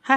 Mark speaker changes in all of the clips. Speaker 1: 嗨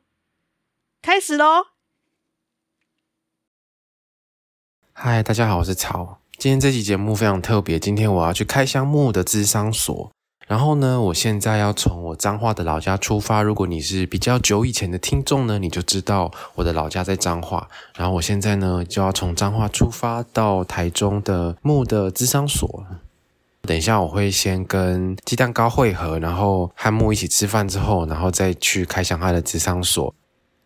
Speaker 1: 开始喽。
Speaker 2: 嗨，大家好，我是曹。今天这期节目非常特别，今天我要去开箱木的智商所。然后呢，我现在要从我彰化的老家出发。如果你是比较久以前的听众呢，你就知道我的老家在彰化。然后我现在呢，就要从彰化出发到台中的木的智商所。等一下，我会先跟鸡蛋糕会合，然后和木一起吃饭之后，然后再去开箱他的智商所。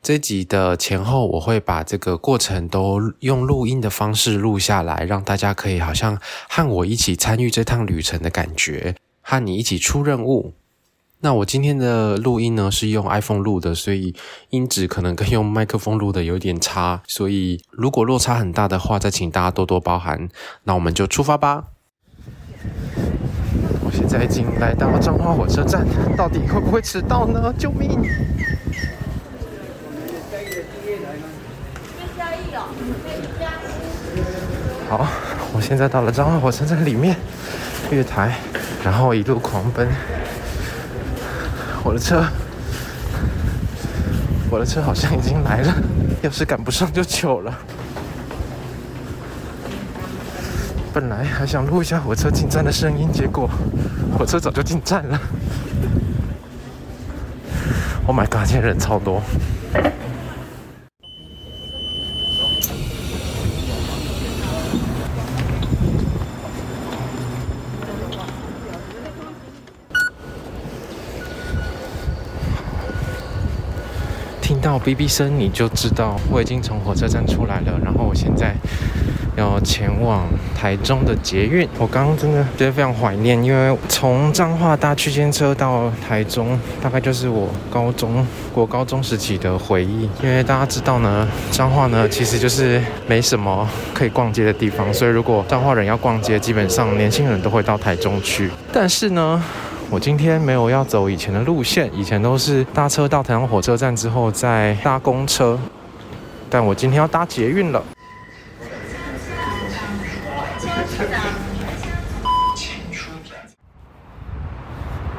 Speaker 2: 这集的前后，我会把这个过程都用录音的方式录下来，让大家可以好像和我一起参与这趟旅程的感觉，和你一起出任务。那我今天的录音呢是用 iPhone 录的，所以音质可能跟用麦克风录的有点差，所以如果落差很大的话，再请大家多多包涵。那我们就出发吧。我现在已经来到彰化火车站，到底会不会迟到呢？救命！啊好， 我现在到了彰化火车站里面月台，然后一路狂奔。我的车，我的车好像已经来了，要是赶不上就糗了。本来还想录一下火车进站的声音，结果火车早就进站了。Oh my god！现在人超多。听到哔哔声，你就知道我已经从火车站出来了。然后我现在要前往台中的捷运。我刚刚真的觉得非常怀念，因为从彰化搭区间车到台中，大概就是我高中、我高中时期的回忆。因为大家知道呢，彰化呢其实就是没什么可以逛街的地方，所以如果彰化人要逛街，基本上年轻人都会到台中去。但是呢，我今天没有要走以前的路线，以前都是搭车到台湾火车站之后再搭公车，但我今天要搭捷运了。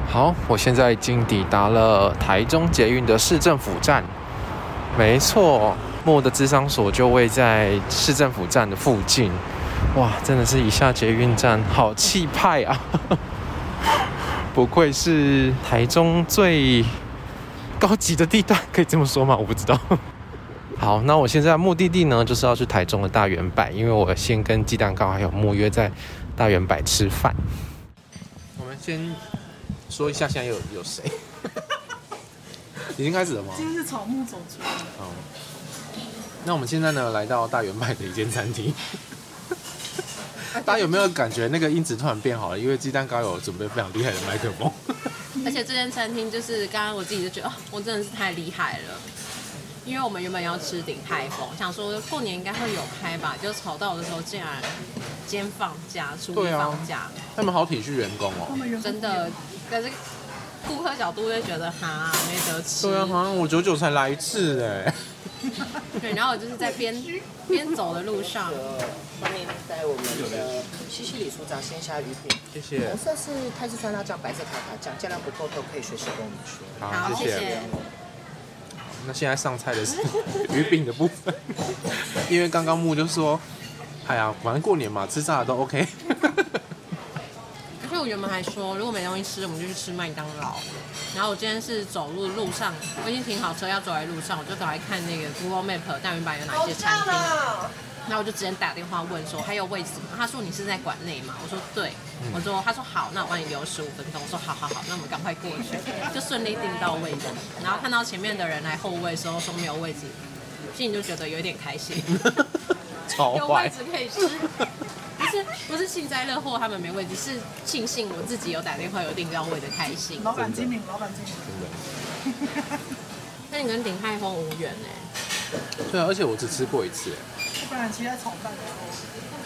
Speaker 2: 好，我现在已经抵达了台中捷运的市政府站。没错，莫的智商所就位在市政府站的附近。哇，真的是一下捷运站，好气派啊！ 不愧是台中最高级的地段，可以这么说吗？我不知道。 好，那我现在的目的地呢，就是要去台中的大圆柏，因为我先跟鸡蛋糕还有木约在大圆柏吃饭。我们先说一下现在有有谁， 已经开始了吗？
Speaker 1: 天是草木走出来，
Speaker 2: 哦，那我们现在呢，来到大圆柏的一间餐 厅。大家有没有感觉那个音质突然变好了？因为鸡蛋糕有准备非常厉害的麦克风。
Speaker 3: 而且这间餐厅就是刚刚我自己就觉得，哦，我真的是太厉害了。因为我们原本要吃鼎泰丰，想说过年应该会有开吧，就吵到的时候竟然今天放假，初一
Speaker 2: 对啊
Speaker 3: 放假，
Speaker 2: 他们好体恤员工哦。
Speaker 3: 真的，可是顾客角度就觉得哈没得吃，
Speaker 2: 啊对啊，好像我久久才来一次哎。
Speaker 4: 对，然后我就是在边边走的路上，
Speaker 5: 呃欢迎在我们的西西里厨找鲜虾鱼饼。
Speaker 2: 谢谢
Speaker 5: 红。色是泰式酸辣酱，白色卡卡酱，酱料不够的可以随时跟我们说。
Speaker 2: 好，
Speaker 4: 好，
Speaker 2: 谢
Speaker 4: 谢
Speaker 2: 谢。
Speaker 4: 谢。
Speaker 2: 那现在上菜的是 鱼饼的部分，因为刚刚木就说，哎呀，反正过年嘛，吃炸的都 OK。
Speaker 4: 可是我原本还说，如果没东西吃，我们就去吃麦当劳。然后我今天是走路路上，我已经停好车要走在路上，我就赶快看那个 Google Map 大圆板有哪些餐厅。然后我就直接打电话问说还有位置吗？他说你是在馆内吗？我说对。我说他说好，那我帮你留十五分钟。我说好好好，那我们赶快过去，就顺利订到位置。然后看到前面的人来后位的时候说没有位置，心里就觉得有点开心。
Speaker 2: 超
Speaker 4: 有位
Speaker 2: 坏，
Speaker 4: 置可以吃。不是不是幸灾乐祸，他们没位置，是庆幸我自己有打电话有订到位的开心。
Speaker 1: 老板精明，老板精明。
Speaker 4: 那你跟鼎泰丰无缘哎、
Speaker 2: 对啊，而且我只吃过一次，哎
Speaker 1: 不然期待炒饭。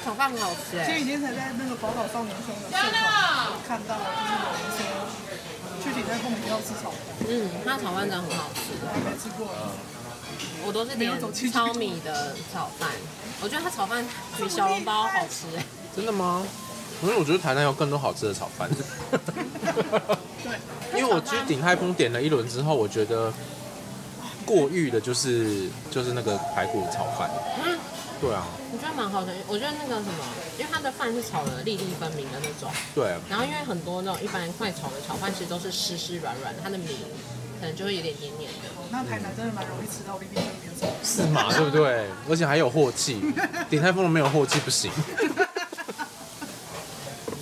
Speaker 4: 炒饭很好吃哎、
Speaker 1: 前几天才在那个宝岛少年兄的现场看到，就是有人说具体在凤梨要吃炒饭，
Speaker 4: 嗯，他炒饭真的很好吃，
Speaker 1: 我还没吃过。
Speaker 4: 我都是点糙米的炒饭，我觉得他炒饭比小笼包好吃哎、
Speaker 2: 真的吗？因为我觉得台南有更多好吃的炒饭。因为我去鼎泰丰点了一轮之后，我觉得过誉的就是就是那个排骨炒饭。
Speaker 4: 嗯，
Speaker 2: 对啊，
Speaker 4: 我觉得蛮好的，我觉得那个什么，因为他的饭是炒的粒粒分明的那种，
Speaker 2: 对，啊
Speaker 4: 然后因为很多那种一般快炒的炒饭其实都是湿湿软软的，它的米可能就会有点黏黏的。
Speaker 1: 那台南真的蛮容易吃到粒粒分明的炒饭。
Speaker 2: 是嘛，对不 对？而且还有镬气，鼎泰丰的没有镬气不行。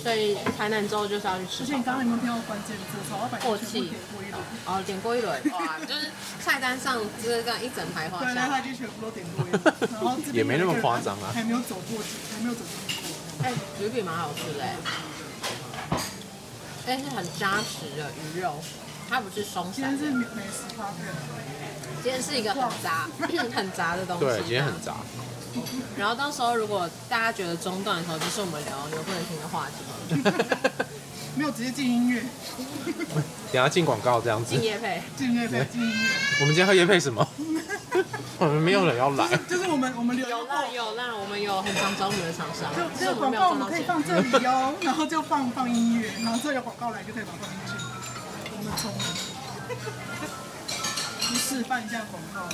Speaker 4: 所以台南之后就是要去吃
Speaker 1: 而
Speaker 4: 炒
Speaker 1: 且你刚刚有
Speaker 4: 饭。
Speaker 1: 没有听到关键字？炒老板全部点过一轮，
Speaker 4: 哦，点过一轮，哇，就是菜单上就是这样一整排画
Speaker 1: 对，
Speaker 4: 下
Speaker 1: 然后他已
Speaker 4: 来。
Speaker 1: 经全部都点过一轮，然后这边
Speaker 2: 也没那么夸张啊
Speaker 1: 还没有走过去，还没有走进去过。
Speaker 4: 哎、鱼饼蛮好吃的哎、但是很扎实的鱼肉，它不是松
Speaker 1: 今
Speaker 4: 散
Speaker 1: 天
Speaker 4: 的。
Speaker 1: 是美美食发片，
Speaker 4: 今天是一个很杂、 很杂的东西。啊
Speaker 2: 对，今天很。杂。
Speaker 4: 然后到时候如果大家觉得中断的时候，就是我们聊牛不能听的话 题，
Speaker 1: 没有直接进音乐，
Speaker 2: 等一下进广告这样子
Speaker 4: 敬。业配。
Speaker 1: 进乐配，进音乐，
Speaker 2: 我们今天喝夜配什么？ 我们没有人要来。
Speaker 1: 就是我们我们留
Speaker 4: 有啦有啦，我们有很常找我们的厂商，
Speaker 1: 就
Speaker 4: 只
Speaker 1: 这
Speaker 4: 是
Speaker 1: 个
Speaker 4: 我们
Speaker 1: 广
Speaker 4: 没
Speaker 1: 告
Speaker 4: 有
Speaker 1: 我
Speaker 4: 赚
Speaker 1: 们
Speaker 4: 到
Speaker 1: 可以
Speaker 4: 钱。
Speaker 1: 放这里哦，然后就放放音乐，然后这有广告来就可以把它放进去。我们从你示范一下广告，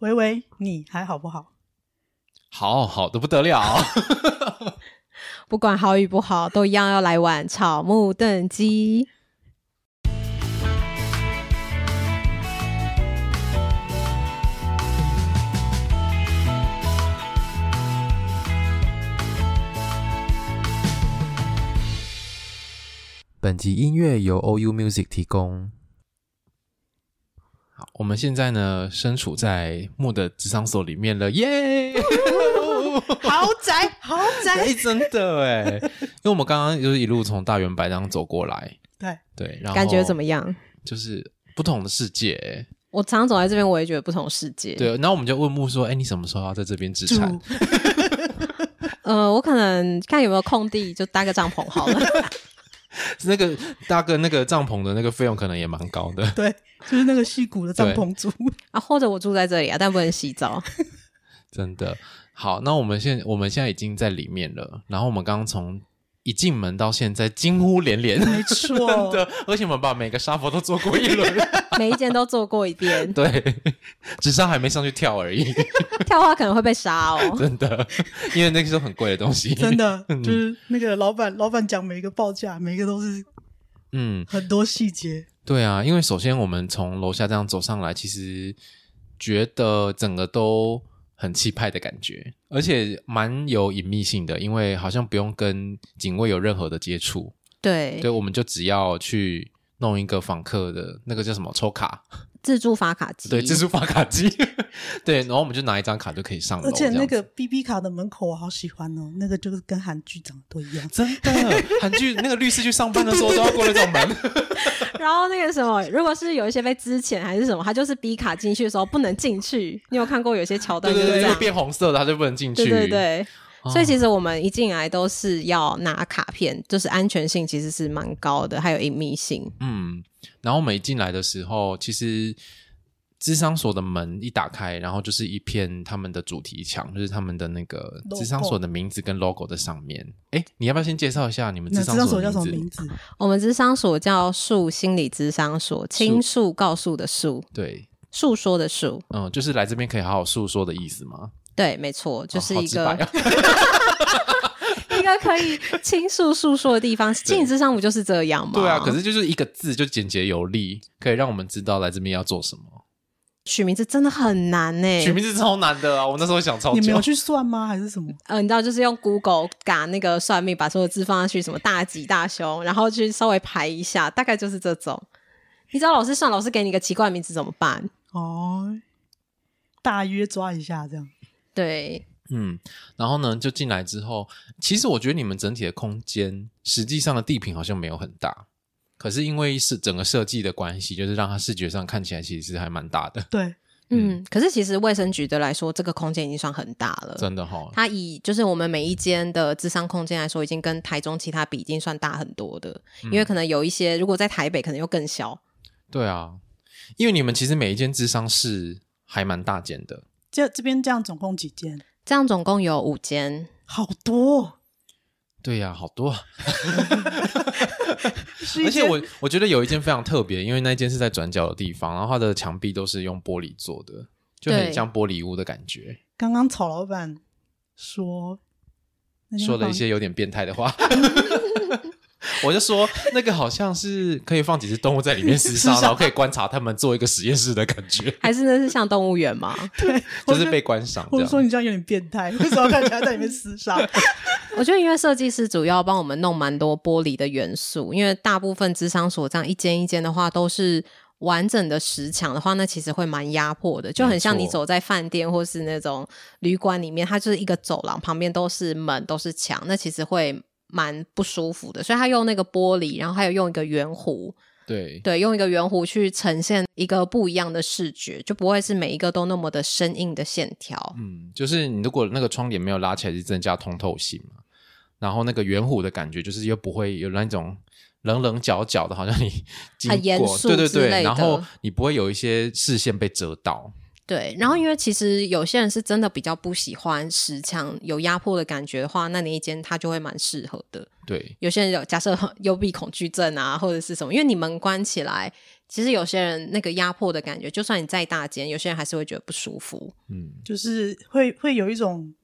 Speaker 1: 喂喂，你还好不好？
Speaker 6: 好好的不得了，
Speaker 7: 不管好与不好，都一样要来碗草木炖鸡。
Speaker 2: 本集音乐由 OU Music 提供。好，我们现在呢身处在木的职场所里面了，耶！
Speaker 7: 豪宅，豪
Speaker 2: 哎、
Speaker 7: 宅，
Speaker 2: 真的哎，因为我们刚刚就是一路从大圆白这样走过来，
Speaker 1: 对
Speaker 2: 对，然后
Speaker 7: 感觉怎么？样？
Speaker 2: 就是不同的世界欸，
Speaker 7: 哦我常常走在这边，我也觉得不同世界。
Speaker 2: 对。然后我们就问木说：“哎、你什么时候要在这边置产
Speaker 7: 呃，我可能看有没有空地，就搭个帐篷好了。？”
Speaker 2: 那个大哥那个帐篷的那个费用可能也蛮高的。
Speaker 1: 对，就是那个戏骨的帐篷族，
Speaker 7: 啊，或者我住在这里啊，但不能洗澡。
Speaker 2: 真的好，那我们现我们现在已经在里面了，然后我们刚刚从一进门到现在惊呼连
Speaker 6: 嗯
Speaker 2: 连，没
Speaker 1: 错
Speaker 2: 真的， 而且我们把每个沙佛都做过一轮，
Speaker 7: 每一间都做过一 遍，
Speaker 2: 对，只是他还没上去 跳而已，
Speaker 7: 跳花可能会被杀哦。
Speaker 2: 真的，因为那个是很贵的东西，
Speaker 1: 真，的就是那个老板，老板讲每个报价，每个都是
Speaker 2: 嗯，
Speaker 1: 很多细节，
Speaker 2: 对啊，因为首先我们从楼下这样走上来，其实觉得整个都很气派的感觉，而且蛮有隐秘性的，因为好像不用跟警卫有任何的接触。
Speaker 7: 对，
Speaker 2: 对，我们就只要去弄一个访客的那个叫什么抽卡，
Speaker 7: 自助发卡机，
Speaker 2: 对，自助发卡机， 对，然后我们就拿一张卡就可以上楼，
Speaker 1: 而且
Speaker 2: 这
Speaker 1: 那
Speaker 2: 样
Speaker 1: 个
Speaker 2: 子
Speaker 1: BB 卡的门口我好喜欢哦，那个就是跟韩剧长得都一样。
Speaker 2: 真的韩剧那个律师去上班的时候都要过那种门，
Speaker 7: 然后那个什么，如果是有一些被支遣还是什么，他就是逼卡进去的时候不能进去。你有看过有些桥
Speaker 2: 对
Speaker 7: 段就
Speaker 2: 对
Speaker 7: 是这
Speaker 2: 对，
Speaker 7: 样
Speaker 2: 会，变红色的他就不能进去，
Speaker 7: 对对对。
Speaker 2: 哦
Speaker 7: 所以其实我们一进来都是要拿卡片，就是安全性其实是蛮高的，还有隐秘性。
Speaker 2: 嗯，
Speaker 6: 然后我们一进来的时候，其实智商所的门一打开，然后就是一片他们的主题墙，就是他们的那个
Speaker 1: Logo
Speaker 6: 智商所的名字跟 logo 的上面。哎，你要不要先介绍一下你们
Speaker 1: 那
Speaker 6: 智
Speaker 1: 智商
Speaker 6: 所
Speaker 1: 所
Speaker 6: 的
Speaker 1: 叫什么
Speaker 6: 名
Speaker 1: 名
Speaker 6: 字？
Speaker 1: 字？
Speaker 7: 我们智商所叫树心理智商所，倾诉告诉的诉，
Speaker 6: 对，
Speaker 7: 诉说的诉，
Speaker 6: 嗯，就是来这边可以好好诉说的意思吗？
Speaker 7: 对，没错，就是
Speaker 6: 哦好
Speaker 7: 一
Speaker 6: 直
Speaker 7: 个、
Speaker 6: 白 啊
Speaker 7: 一个可以倾诉诉说的地方。心理智商不就是这样吗？
Speaker 6: 对啊，可是就是一个字就简洁有力，可以让我们知道来这边要做什么。
Speaker 7: 取名字真的很难欸呢、
Speaker 6: 取名字超难的啊，我那时候想超
Speaker 1: 你没
Speaker 6: 久
Speaker 1: 有。去算吗？还是什么？
Speaker 7: 呃，你知道，就是用 Google 打那个算命，把所有字放上去，什么大吉大凶，然后去稍微排一下，大概就是这种。你知道老师算，老师给你一个奇怪的名字怎么办？
Speaker 1: 哦，大约抓一下这样。
Speaker 7: 对，
Speaker 6: 嗯，然后呢，就进来之后，其实我觉得你们整体的空间，实际上的地坪好像没有很大，可是因为是整个设计的关系，就是让它视觉上看起来其实还蛮大的，
Speaker 1: 对，
Speaker 7: 嗯，可是其实卫生局的来说，这个空间已经算很大了。
Speaker 6: 真的哈、哦。
Speaker 7: 它以就是我们每一间的智商空间来说，已经跟台中其他比已经算大很多的，因为可能有一些如果在台北可能又更小，
Speaker 6: 对啊，因为你们其实每一间智商室还蛮大间的，
Speaker 1: 这这边这样总共几间？
Speaker 7: 这样总共有五间。
Speaker 1: 好多哦，
Speaker 6: 对呀、好多啊。
Speaker 1: 是一
Speaker 6: 而
Speaker 1: 间
Speaker 6: 且我我觉得有一间非常特别，因为那间是在转角的地方，然后它的墙壁都是用玻璃做的，就很
Speaker 7: 对
Speaker 6: 像玻璃屋的感觉。
Speaker 1: 刚刚曹老板说那间
Speaker 6: 说了一
Speaker 1: 房
Speaker 6: 些有点变态的 话，我就说那个好像是可以放几只动物在里面厮杀， 然后可以观察它们做一个实验室的感觉，
Speaker 7: 还是那是像动物园吗？
Speaker 1: 对，
Speaker 6: 就
Speaker 1: 我
Speaker 6: 是
Speaker 1: 就
Speaker 6: 被观赏这
Speaker 1: 我就说
Speaker 6: 样。
Speaker 1: 你这样有点变态，为什么要看起来在里面厮杀？
Speaker 7: 我觉得因为设计师主要帮我们弄蛮多玻璃的元素，因为大部分智商所这样一间一间的话都是。完整的石墙的话，那其实会蛮压迫的，就很像
Speaker 6: 没
Speaker 7: 你
Speaker 6: 错
Speaker 7: 走在饭店或是那种旅馆里面，它就是一个走廊，旁边都是门，都是墙，那其实会蛮不舒服的。所以他用那个玻璃，然后还有用一个圆弧，
Speaker 6: 对，
Speaker 7: 对，用一个圆弧去呈现一个不一样的视觉，就不会是每一个都那么的生硬的线条。
Speaker 6: 嗯，就是你如果那个窗帘没有拉起来，是增加通透性嘛。然后那个圆弧的感觉，就是又不会有那种棱棱角角的，好像你 经
Speaker 7: 很严
Speaker 6: 过，
Speaker 7: 肃
Speaker 6: 对对
Speaker 7: 之
Speaker 6: 对
Speaker 7: 类，的
Speaker 6: 然后你不会有一些视线被遮到。
Speaker 7: 对，然后因为其实有些人是真的比较不喜欢石墙有压迫的感觉的话，那你一间它就会蛮适合的。
Speaker 6: 对，
Speaker 7: 有些人有假设 幽闭恐惧症啊，或者是什么，因为你门关起来，其实有些人那个压迫的感觉，就算你再大间，有些人还是会觉得不舒服。
Speaker 6: 嗯，
Speaker 1: 就是会会有一种，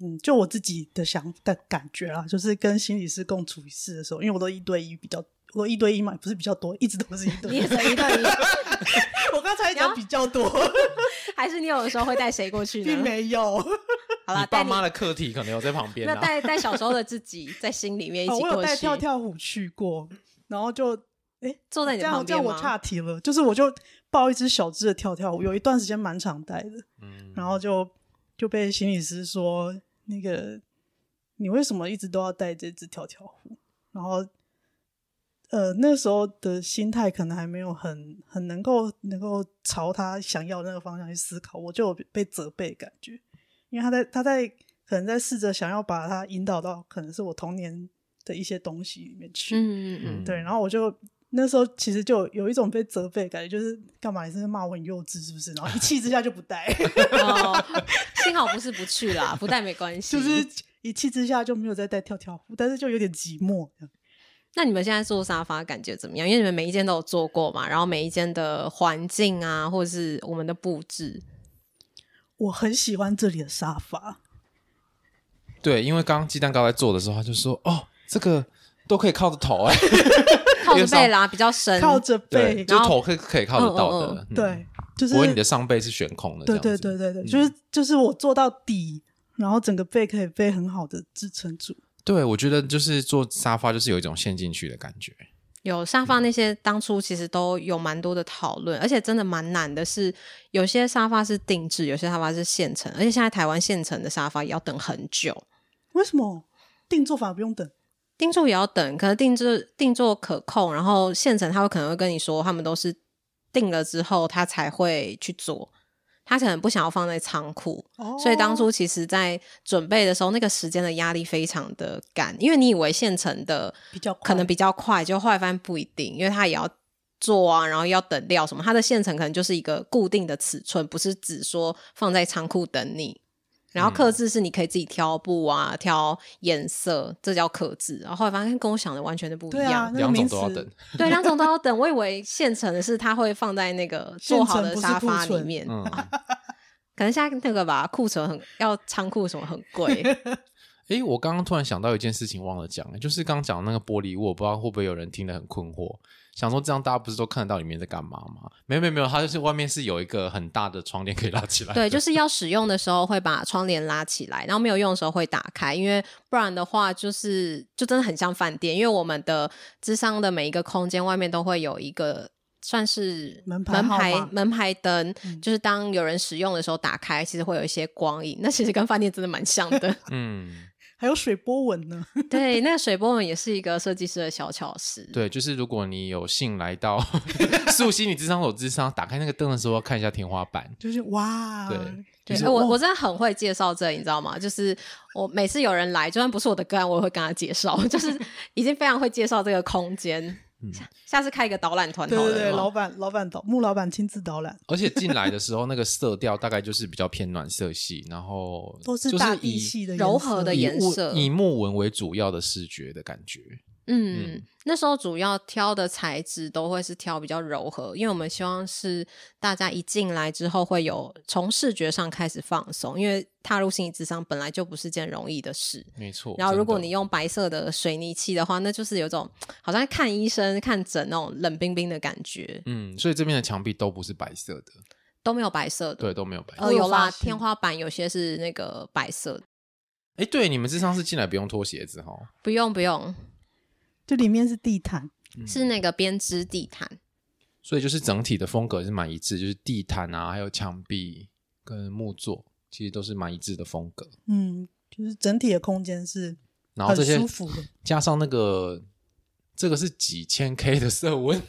Speaker 1: 嗯，就我自己的想的感觉啦，就是跟心理师共处一室的时候，因为我都一对一比较，我都一对一嘛，不是比较多，一直都是一对
Speaker 7: 你
Speaker 1: 一
Speaker 7: 也。是一对一，
Speaker 1: 我刚才讲比较多，
Speaker 7: 还是你有的时候会带谁过去
Speaker 1: 并
Speaker 7: 呢？
Speaker 1: 没有，哦、
Speaker 6: 你
Speaker 7: 好啦，带
Speaker 6: 爸
Speaker 7: 你
Speaker 6: 妈的课题可能有在旁边
Speaker 7: 那
Speaker 6: 啊。哦
Speaker 7: 带带小时候的自己在心里面 一起
Speaker 1: 哦我有
Speaker 7: 过
Speaker 1: 带
Speaker 7: 去，
Speaker 1: 跳跳虎去过，然后就
Speaker 7: 坐
Speaker 1: 这
Speaker 7: 在你的
Speaker 1: 样
Speaker 7: 旁
Speaker 1: 这
Speaker 7: 边
Speaker 1: 样我
Speaker 7: 吗？
Speaker 1: 岔题了，就是我就抱一只小只的跳跳虎，有一段时间蛮常带的，然后就就被心理师说那个你为什么一直都要带这只跳跳虎？然后呃那时候的心态可能还没有很很能够能够朝他想要的那个方向去思考，我就有被责备的感觉，因为他在他在可能在试着想要把它引导到可能是我童年的一些东西里面去，
Speaker 7: 嗯嗯嗯，
Speaker 1: 对，然后我就那时候其实就有一种被责备的感觉，就是干嘛你是骂我很幼稚是不是？然后一气之下就不 带，
Speaker 7: 哦，幸好不是不去啦，啊不带没关系。
Speaker 1: 就是一气之下就没有再带跳跳虎，但是就有点寂寞。
Speaker 7: 那你们现在坐沙发感觉怎么样？因为你们每一间都有坐过嘛，然后每一间的环境啊，或者是我们的布置，
Speaker 1: 我很喜欢这里的沙发，
Speaker 6: 对，因为刚刚鸡蛋糕在做的时候，他就说：“哦，这个都可以靠着头 哎、
Speaker 7: 靠着背啦比较深，
Speaker 1: 靠着
Speaker 6: 对，
Speaker 1: 背，
Speaker 6: 就
Speaker 7: 然后
Speaker 6: 头可以可以靠得到
Speaker 7: 嗯
Speaker 6: 的，嗯
Speaker 1: 对，，就是
Speaker 6: 不会你的上背是悬空的，
Speaker 1: 对
Speaker 6: 这样
Speaker 1: 对
Speaker 6: 子嗯
Speaker 1: 对对对，就是就是我坐到底，然后整个背可以被很好的支撑住。
Speaker 6: 对，我觉得就是坐沙发就是有一种陷进去的感觉，
Speaker 7: 有沙发那些，当初其实都有蛮多的讨论，而且真的蛮难的是，有些沙发是定制，有些沙发是现成，而且现在台湾现成的沙发也要等很久。
Speaker 1: 为什么定做反而不用等？
Speaker 7: 定做也要等，可是定制定做可控，然后现成他会可能会跟你说，他们都是定了之后他才会去做，他可能不想要放在仓库，
Speaker 1: 哦
Speaker 7: 所以当初其实在准备的时候，那个时间的压力非常的赶，因为你以为现成的
Speaker 1: 比较快
Speaker 7: 可能比较快，就后来发现不一定，因为他也要做啊，然后要等料什么，它的现成可能就是一个固定的尺寸，不是只说放在仓库等你。然后
Speaker 1: 嗯
Speaker 7: 刻字是你可以自己挑布啊，挑颜色，这叫刻字。然后后来发现跟我想的完全都不一
Speaker 1: 对啊
Speaker 7: 样，，
Speaker 1: 那个
Speaker 6: 两
Speaker 1: 名
Speaker 6: 种
Speaker 1: 词
Speaker 6: 都要等。
Speaker 7: 对，两种都要等。我以为现成的是它会放在那个做好的沙发里面，
Speaker 6: 嗯，
Speaker 7: 可能现在那个吧，库存很要仓库什么很 贵，
Speaker 6: 诶，我刚刚突然想到一件事情忘了讲，就是刚刚讲的那个玻璃屋，我不知道会不会有人听得很困惑，想说这样大家不是都看得到里面在干嘛吗？没有没有没有，它就是外面是有一个很大的窗帘可以拉起来的，
Speaker 7: 对，就是要使用的时候会把窗帘拉起来，然后没有用的时候会打开，因为不然的话就是就真的很像饭店，因为我们的智商的每一个空间外面都会有一个。算是
Speaker 1: 门牌
Speaker 7: 门
Speaker 1: 号
Speaker 7: 牌
Speaker 1: 码嗯
Speaker 7: 门牌灯，就是当有人使用的时候打开，其实会有一些光影。那其实跟饭店真的蛮像的。
Speaker 6: 嗯。
Speaker 1: 还有水波纹呢，
Speaker 7: 对，那个水波纹也是一个设计师的小巧思。
Speaker 6: 对，就是如果你有幸来到素心理智商所智商，打开那个灯的时候要看一下天花板。
Speaker 1: 就是哇，
Speaker 6: 对
Speaker 1: 就
Speaker 7: 对，
Speaker 1: 是
Speaker 7: 哎我
Speaker 1: 哇
Speaker 7: 我真的很会介绍这，你知道吗？就是我每次有人来，就算不是我的个案，我也会跟他介绍，就是已经非常会介绍这个空间。
Speaker 6: 嗯
Speaker 7: 下下次开一个导览团
Speaker 1: 对
Speaker 7: 好了，
Speaker 1: 对对，
Speaker 7: 嗯
Speaker 1: 老板老板导穆老板亲自导览，
Speaker 6: 而且进来的时候，那个色调大概就是比较偏暖色系，然后
Speaker 1: 都
Speaker 6: 就是是
Speaker 1: 大
Speaker 6: 以
Speaker 1: 地系的
Speaker 7: 柔
Speaker 1: 颜色
Speaker 7: 和的
Speaker 6: 以
Speaker 7: 颜
Speaker 6: 物
Speaker 7: 色
Speaker 6: 以木纹为主要的视觉的感觉。
Speaker 7: 嗯，
Speaker 6: 嗯
Speaker 7: 那时候主要挑的材质都会是挑比较柔和，因为我们希望是大家一进来之后会有从视觉上开始放松，因为踏入心理智商本来就不是件容易的事。
Speaker 6: 没错。
Speaker 7: 然后，如果
Speaker 6: 哦真的
Speaker 7: 你用白色的水泥漆的话，那就是有种好像在看医生、看诊那种冷冰冰的感觉，
Speaker 6: 嗯，所以这边的墙壁都不是白色的，
Speaker 7: 都没有白色的。
Speaker 6: 对，都没有白色。
Speaker 7: 呃，有
Speaker 1: 我
Speaker 7: 啦，
Speaker 1: 有发现
Speaker 7: 天花板有些是那个白色的，
Speaker 6: 哎，对，你们智商是进来不用脱鞋子哈。
Speaker 7: 不用不用，
Speaker 1: 就里面是地毯，
Speaker 6: 嗯
Speaker 7: 是那个编织地毯。
Speaker 6: 所以就是整体的风格是蛮一致，就是地毯啊，还有墙壁跟木座，其实都是蛮一致的风格。
Speaker 1: 嗯，就是整体的空间是
Speaker 6: 然后这些
Speaker 1: 很舒服的
Speaker 6: 加上那个，这个是几千 K 的色温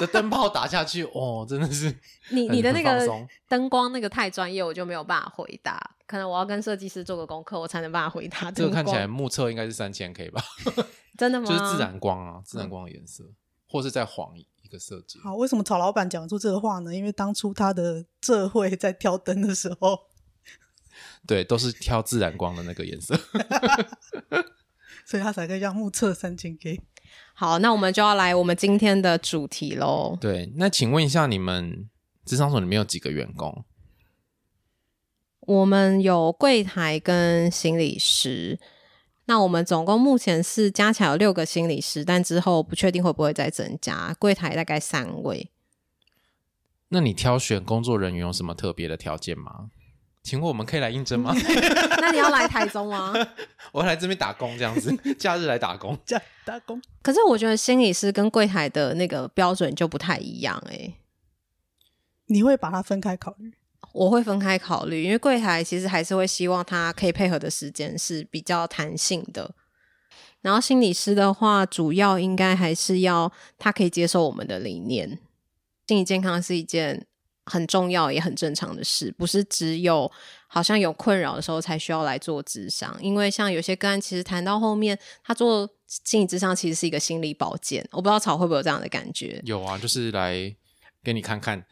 Speaker 6: 这灯泡打下去，哦，真的是
Speaker 7: 你
Speaker 6: 很
Speaker 7: 你的那
Speaker 6: 哎很放
Speaker 7: 个
Speaker 6: 松
Speaker 7: 灯光那个太专业，我就没有办法回答。可能我要跟设计师做个功课，我才能办法回答。
Speaker 6: 这个看起来
Speaker 7: 灯光
Speaker 6: 目测应该是三千 K 吧，
Speaker 7: 真的
Speaker 6: 就
Speaker 7: 吗？
Speaker 6: 是自然光啊，自然光的颜色，或是再黄一个色
Speaker 1: 嗯
Speaker 6: 阶。
Speaker 1: 好，为什么曹老板讲出这个话呢？因为当初他的社会在挑灯的时候，
Speaker 6: 对，都是挑自然光的那个 颜色。
Speaker 1: 所以他才可以让目测三千 K。
Speaker 7: 好，那我们就要来我们今天的主题喽。
Speaker 6: 对，那请问一下，你们智商所里面有几个员工？
Speaker 7: 我们有柜台跟心理师，那我们总共目前是加起来有六个心理师，但之后不确定会不会再增加。柜台大概三位，
Speaker 6: 那你挑选工作人员有什么特别的条件吗？请问我们可以来应征 吗？
Speaker 7: 那你要来台中吗？
Speaker 6: 我要来这边打工这样子，假日来打工。
Speaker 1: 这样打工
Speaker 7: 可是我觉得心理师跟柜台的那个标准就不太一样欸诶、
Speaker 1: 你会把它分开考虑，
Speaker 7: 我会分开考虑，因为柜台其实还是会希望他可以配合的时间是比较弹性的。然后心理师的话，主要应该还是要他可以接受我们的理念。心理健康是一件很重要也很正常的事，不是只有好像有困扰的时候才需要来做智商。因为像有些个案，其实谈到后面，他做心理智商其实是一个心理保健。我不知道草会不会有这样的感觉，
Speaker 6: 有啊，就是来给你看看。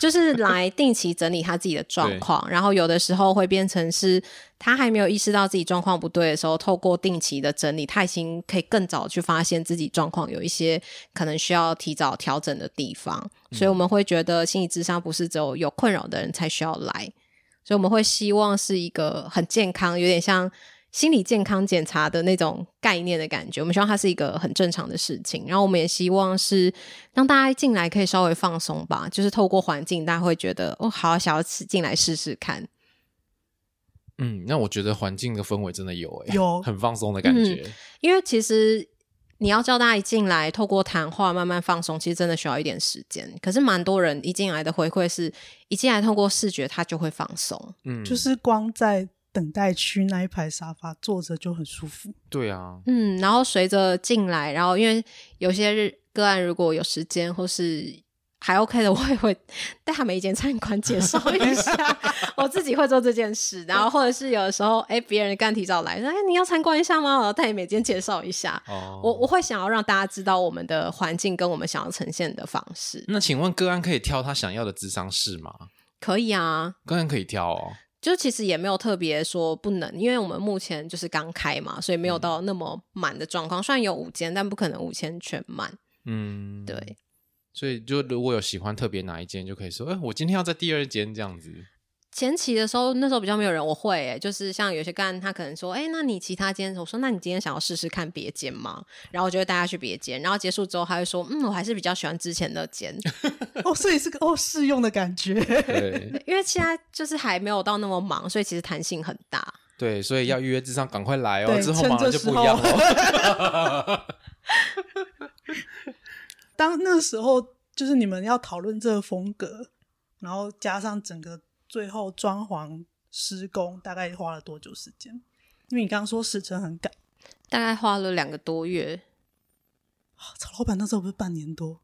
Speaker 7: 就是来定期整理他自己的状况，然后有的时候会变成是他还没有意识到自己状况不对的时候，透过定期的整理，他已经可以更早去发现自己状况有一些可能需要提早调整的地方，所以我们会觉得心理智商不是只有有困扰的人才需要来，所以我们会希望是一个很健康，有点像。心理健康检查的那种概念的感觉，我们希望它是一个很正常的事情。然后我们也希望是让大家进来可以稍微放松吧，就是透过环境，大家会觉得哦，好想要吃进来试试看。
Speaker 6: 嗯，那我觉得环境的氛围真的有诶、
Speaker 1: 有
Speaker 6: 很放松的感觉。
Speaker 7: 因为其实你要叫大家一进来，透过谈话慢慢放松，其实真的需要一点时间。可是蛮多人一进来的回馈是，一进来透过视觉他就会放松。
Speaker 6: 嗯，
Speaker 1: 就是光在等待区那一排沙发坐着就很舒 服。
Speaker 6: 对啊，
Speaker 7: 嗯，然后随着进来，然后因为有些日个案如果有时间或是
Speaker 4: 还 OK 的，我 也会带他们一间餐馆介绍一下， 我自己会做这件事。然后或者是有的时候，哎，别人刚提早来，说哎你要参观一下吗？我要带你每间介绍一下。
Speaker 6: 哦
Speaker 4: 我我会想要让大家知道我们的环境跟我们想要呈现的方式，
Speaker 6: 那请问个案可以挑他想要的智商室吗？
Speaker 4: 可以啊。
Speaker 6: 个案可以挑哦。
Speaker 4: 就其实也没有特别说不能，因为我们目前就是刚开嘛，所以没有到那么满的状况。虽然有五间，但不可能五间全满。
Speaker 6: 嗯，
Speaker 4: 对。
Speaker 6: 所以就如果有喜欢特别哪一间，就可以说，哎、我今天要在第二间这样子。
Speaker 4: 前期的时候，那时候比较没有人，我会、欸、就是像有些干他可能说，哎、那你其他间，我说那你今天想要试试看别间吗？然后我就会带他去别间，然后结束之后他会说，嗯，我还是比较喜欢之前那间，
Speaker 1: 哦，所以是个哦适用的感觉。
Speaker 6: 对
Speaker 4: 因为现在就是还没有到那么忙，所以其实弹性很大。
Speaker 6: 对，所以要预约智商，赶快来哦，
Speaker 1: 对
Speaker 6: 之后
Speaker 1: 趁
Speaker 6: 忙了
Speaker 1: 这
Speaker 6: 就
Speaker 1: 时
Speaker 6: 不一样
Speaker 1: 候
Speaker 6: 了。
Speaker 1: 当那时候就是你们要讨论这个风格，然后加上整个最后装潢施工，大概花了多久时间？因为你刚刚说时程很赶，
Speaker 4: 大概花了两个多月，
Speaker 1: 啊曹老板那时候不是半年多，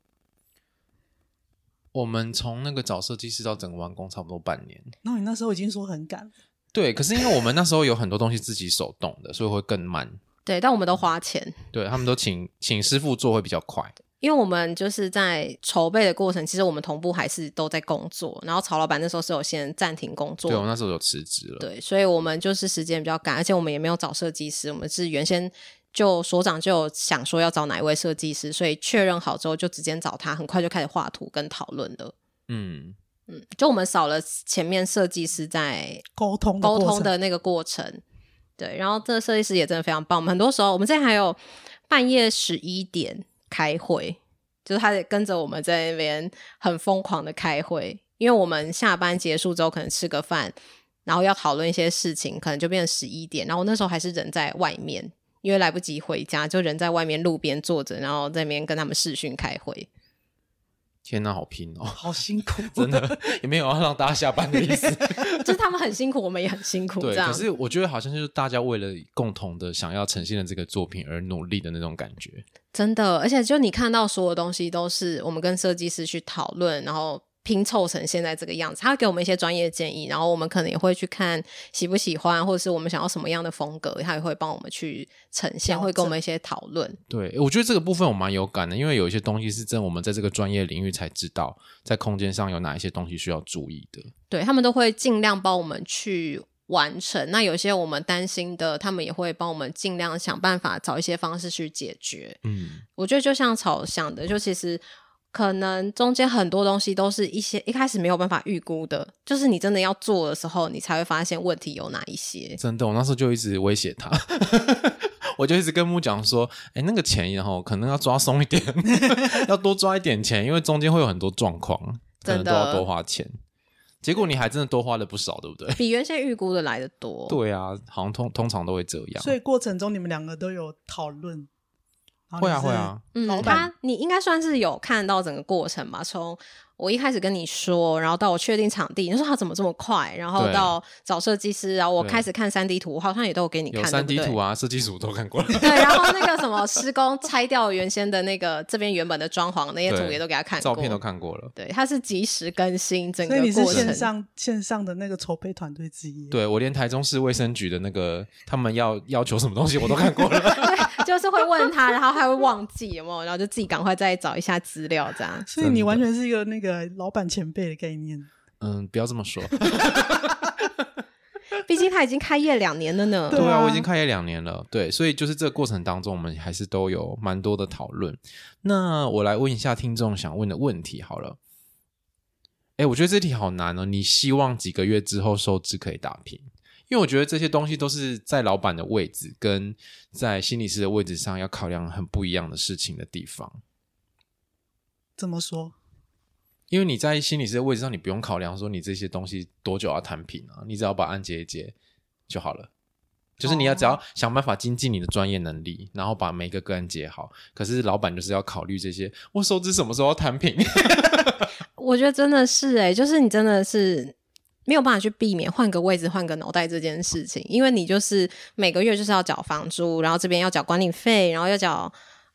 Speaker 6: 我们从那个找设计师到整个完工差不多半年。
Speaker 1: 然后你那时候已经说很赶了，
Speaker 6: 对，可是因为我们那时候有很多东西自己手动的，所以会更慢。
Speaker 4: 对，但我们都花钱。
Speaker 6: 对他们都请请师傅做会比较快。
Speaker 4: 因为我们就是在筹备的过程，其实我们同步还是都在工作。然后曹老板那时候是有先暂停工作
Speaker 6: 对，哦我那时候有辞职了。
Speaker 4: 对，所以我们就是时间比较赶，而且我们也没有找设计师，我们是原先就所长就有想说要找哪一位设计师，所以确认好之后就直接找他，很快就开始画图跟讨论了。
Speaker 6: 嗯，
Speaker 4: 嗯，就我们少了前面设计师在
Speaker 1: 沟通的
Speaker 4: 沟
Speaker 1: 过
Speaker 4: 通
Speaker 1: 程
Speaker 4: 的那个过程。对，然后这个设计师也真的非常棒。我们很多时候，我们现在还有半夜十一点开会，就是他得跟着我们在那边很疯狂的开会，因为我们下班结束之后可能吃个饭，然后要讨论一些事情，可能就变成十一点。然后我那时候还是人在外面，因为来不及回家，就人在外面路边坐着，然后在那边跟他们视讯开会。
Speaker 6: 天哪，好拼哦！
Speaker 1: 好辛苦，
Speaker 6: 真的也没有要让大家下班的意思。
Speaker 4: 就是他们很辛苦，我们也很辛苦，这
Speaker 6: 对，
Speaker 4: 样
Speaker 6: 可。是我觉得好像就是大家为了共同的想要呈现的这个作品而努力的那种感觉。
Speaker 4: 真的，而且就你看到所有东西都是我们跟设计师去讨论，然后拼凑成现在这个样子。他会给我们一些专业建议，然后我们可能也会去看喜不喜欢，或者是我们想要什么样的风格，他也会帮我们去呈现，
Speaker 1: 调
Speaker 4: 会跟我
Speaker 1: 整
Speaker 4: 们一些讨论。
Speaker 6: 对，我觉得这个部分我蛮有感的，因为有一些东西是真的我们在这个专业领域才知道，在空间上有哪一些东西需要注意的。
Speaker 4: 对他们都会尽量帮我们去完成。那有些我们担心的，他们也会帮我们尽量想办法找一些方式去解决。
Speaker 6: 嗯，
Speaker 4: 我觉得就像草想的，就其实可能中间很多东西都是一些一开始没有办法预估的，就是你真的要做的时候，你才会发现问题有哪一些。
Speaker 6: 真的，我那时候就一直威胁他， 我就一直跟木讲说，哎，那个钱然后可能要抓松一点， 要多抓一点钱，因为中间会有很多状况，可
Speaker 4: 真的
Speaker 6: 能都要多花钱。结果你还真的多花了不少，对不对？
Speaker 4: 比原先预估的来的多，
Speaker 6: 对啊，好像通通常都会这样。
Speaker 1: 所以过程中你们两个都有讨论，然后
Speaker 6: 会啊
Speaker 1: 你是
Speaker 6: 会啊，
Speaker 4: 嗯，
Speaker 1: 老
Speaker 4: 他
Speaker 1: 板
Speaker 4: 你应该算是有看到整个过程吧？从我一开始跟你说，然后到我确定场地，你说他怎么这么快，然后
Speaker 6: 对
Speaker 4: 到找设计师，然后我
Speaker 6: 对
Speaker 4: 开始看三 D 图，好像也都有给你
Speaker 6: 有
Speaker 4: 看，
Speaker 6: 三 D
Speaker 4: 对不对
Speaker 6: 图啊，设计图都看过了。
Speaker 4: 对，然后那个什么施工拆掉原先的那个这边原本的装潢那些图
Speaker 6: 对
Speaker 4: 也都给他看过，
Speaker 6: 照片都看过了。
Speaker 4: 对，它是及时更新整个
Speaker 1: 所以你是
Speaker 4: 过
Speaker 1: 线
Speaker 4: 程。
Speaker 1: 上线上的那个筹备团队之一，，
Speaker 6: 对我连台中市卫生局的那个他们要要求什么东西我都看过 了，
Speaker 4: 对， 就是会问他，然后他会忘记有没有，然后就自己赶快再找一下资料，这样。
Speaker 1: 所以你完全是一个那个老板前辈的概念。
Speaker 6: 嗯，不要这么说。
Speaker 4: 毕竟他已经开业两年了呢。
Speaker 6: 对
Speaker 1: 对
Speaker 6: 啊，
Speaker 1: 啊
Speaker 6: 我已经开业两年了，对，所以就是这个过程当中，我们还是都有蛮多的讨论。那我来问一下听众想问的问题好了。哎，我觉得这题好难哦。你希望几个月之后收支可以打平？因为我觉得这些东西都是在老板的位置跟在心理师的位置上要考量很不一样的事情的地方。
Speaker 1: 怎么说？
Speaker 6: 因为你在心理师的位置上，你不用考量说你这些东西多久要摊平啊，你只要把案结一结就好了。就是你要
Speaker 1: 哦
Speaker 6: 只要想办法精进你的专业能力，然后把每个个案结好。可是老板就是要考虑这些，我收支什么时候要摊平？
Speaker 4: 我觉得真的是哎、就是你真的是没有办法去避免换个位置、换个脑袋这件事情，因为你就是每个月就是要缴房租，然后这边要缴管理费，然后要缴。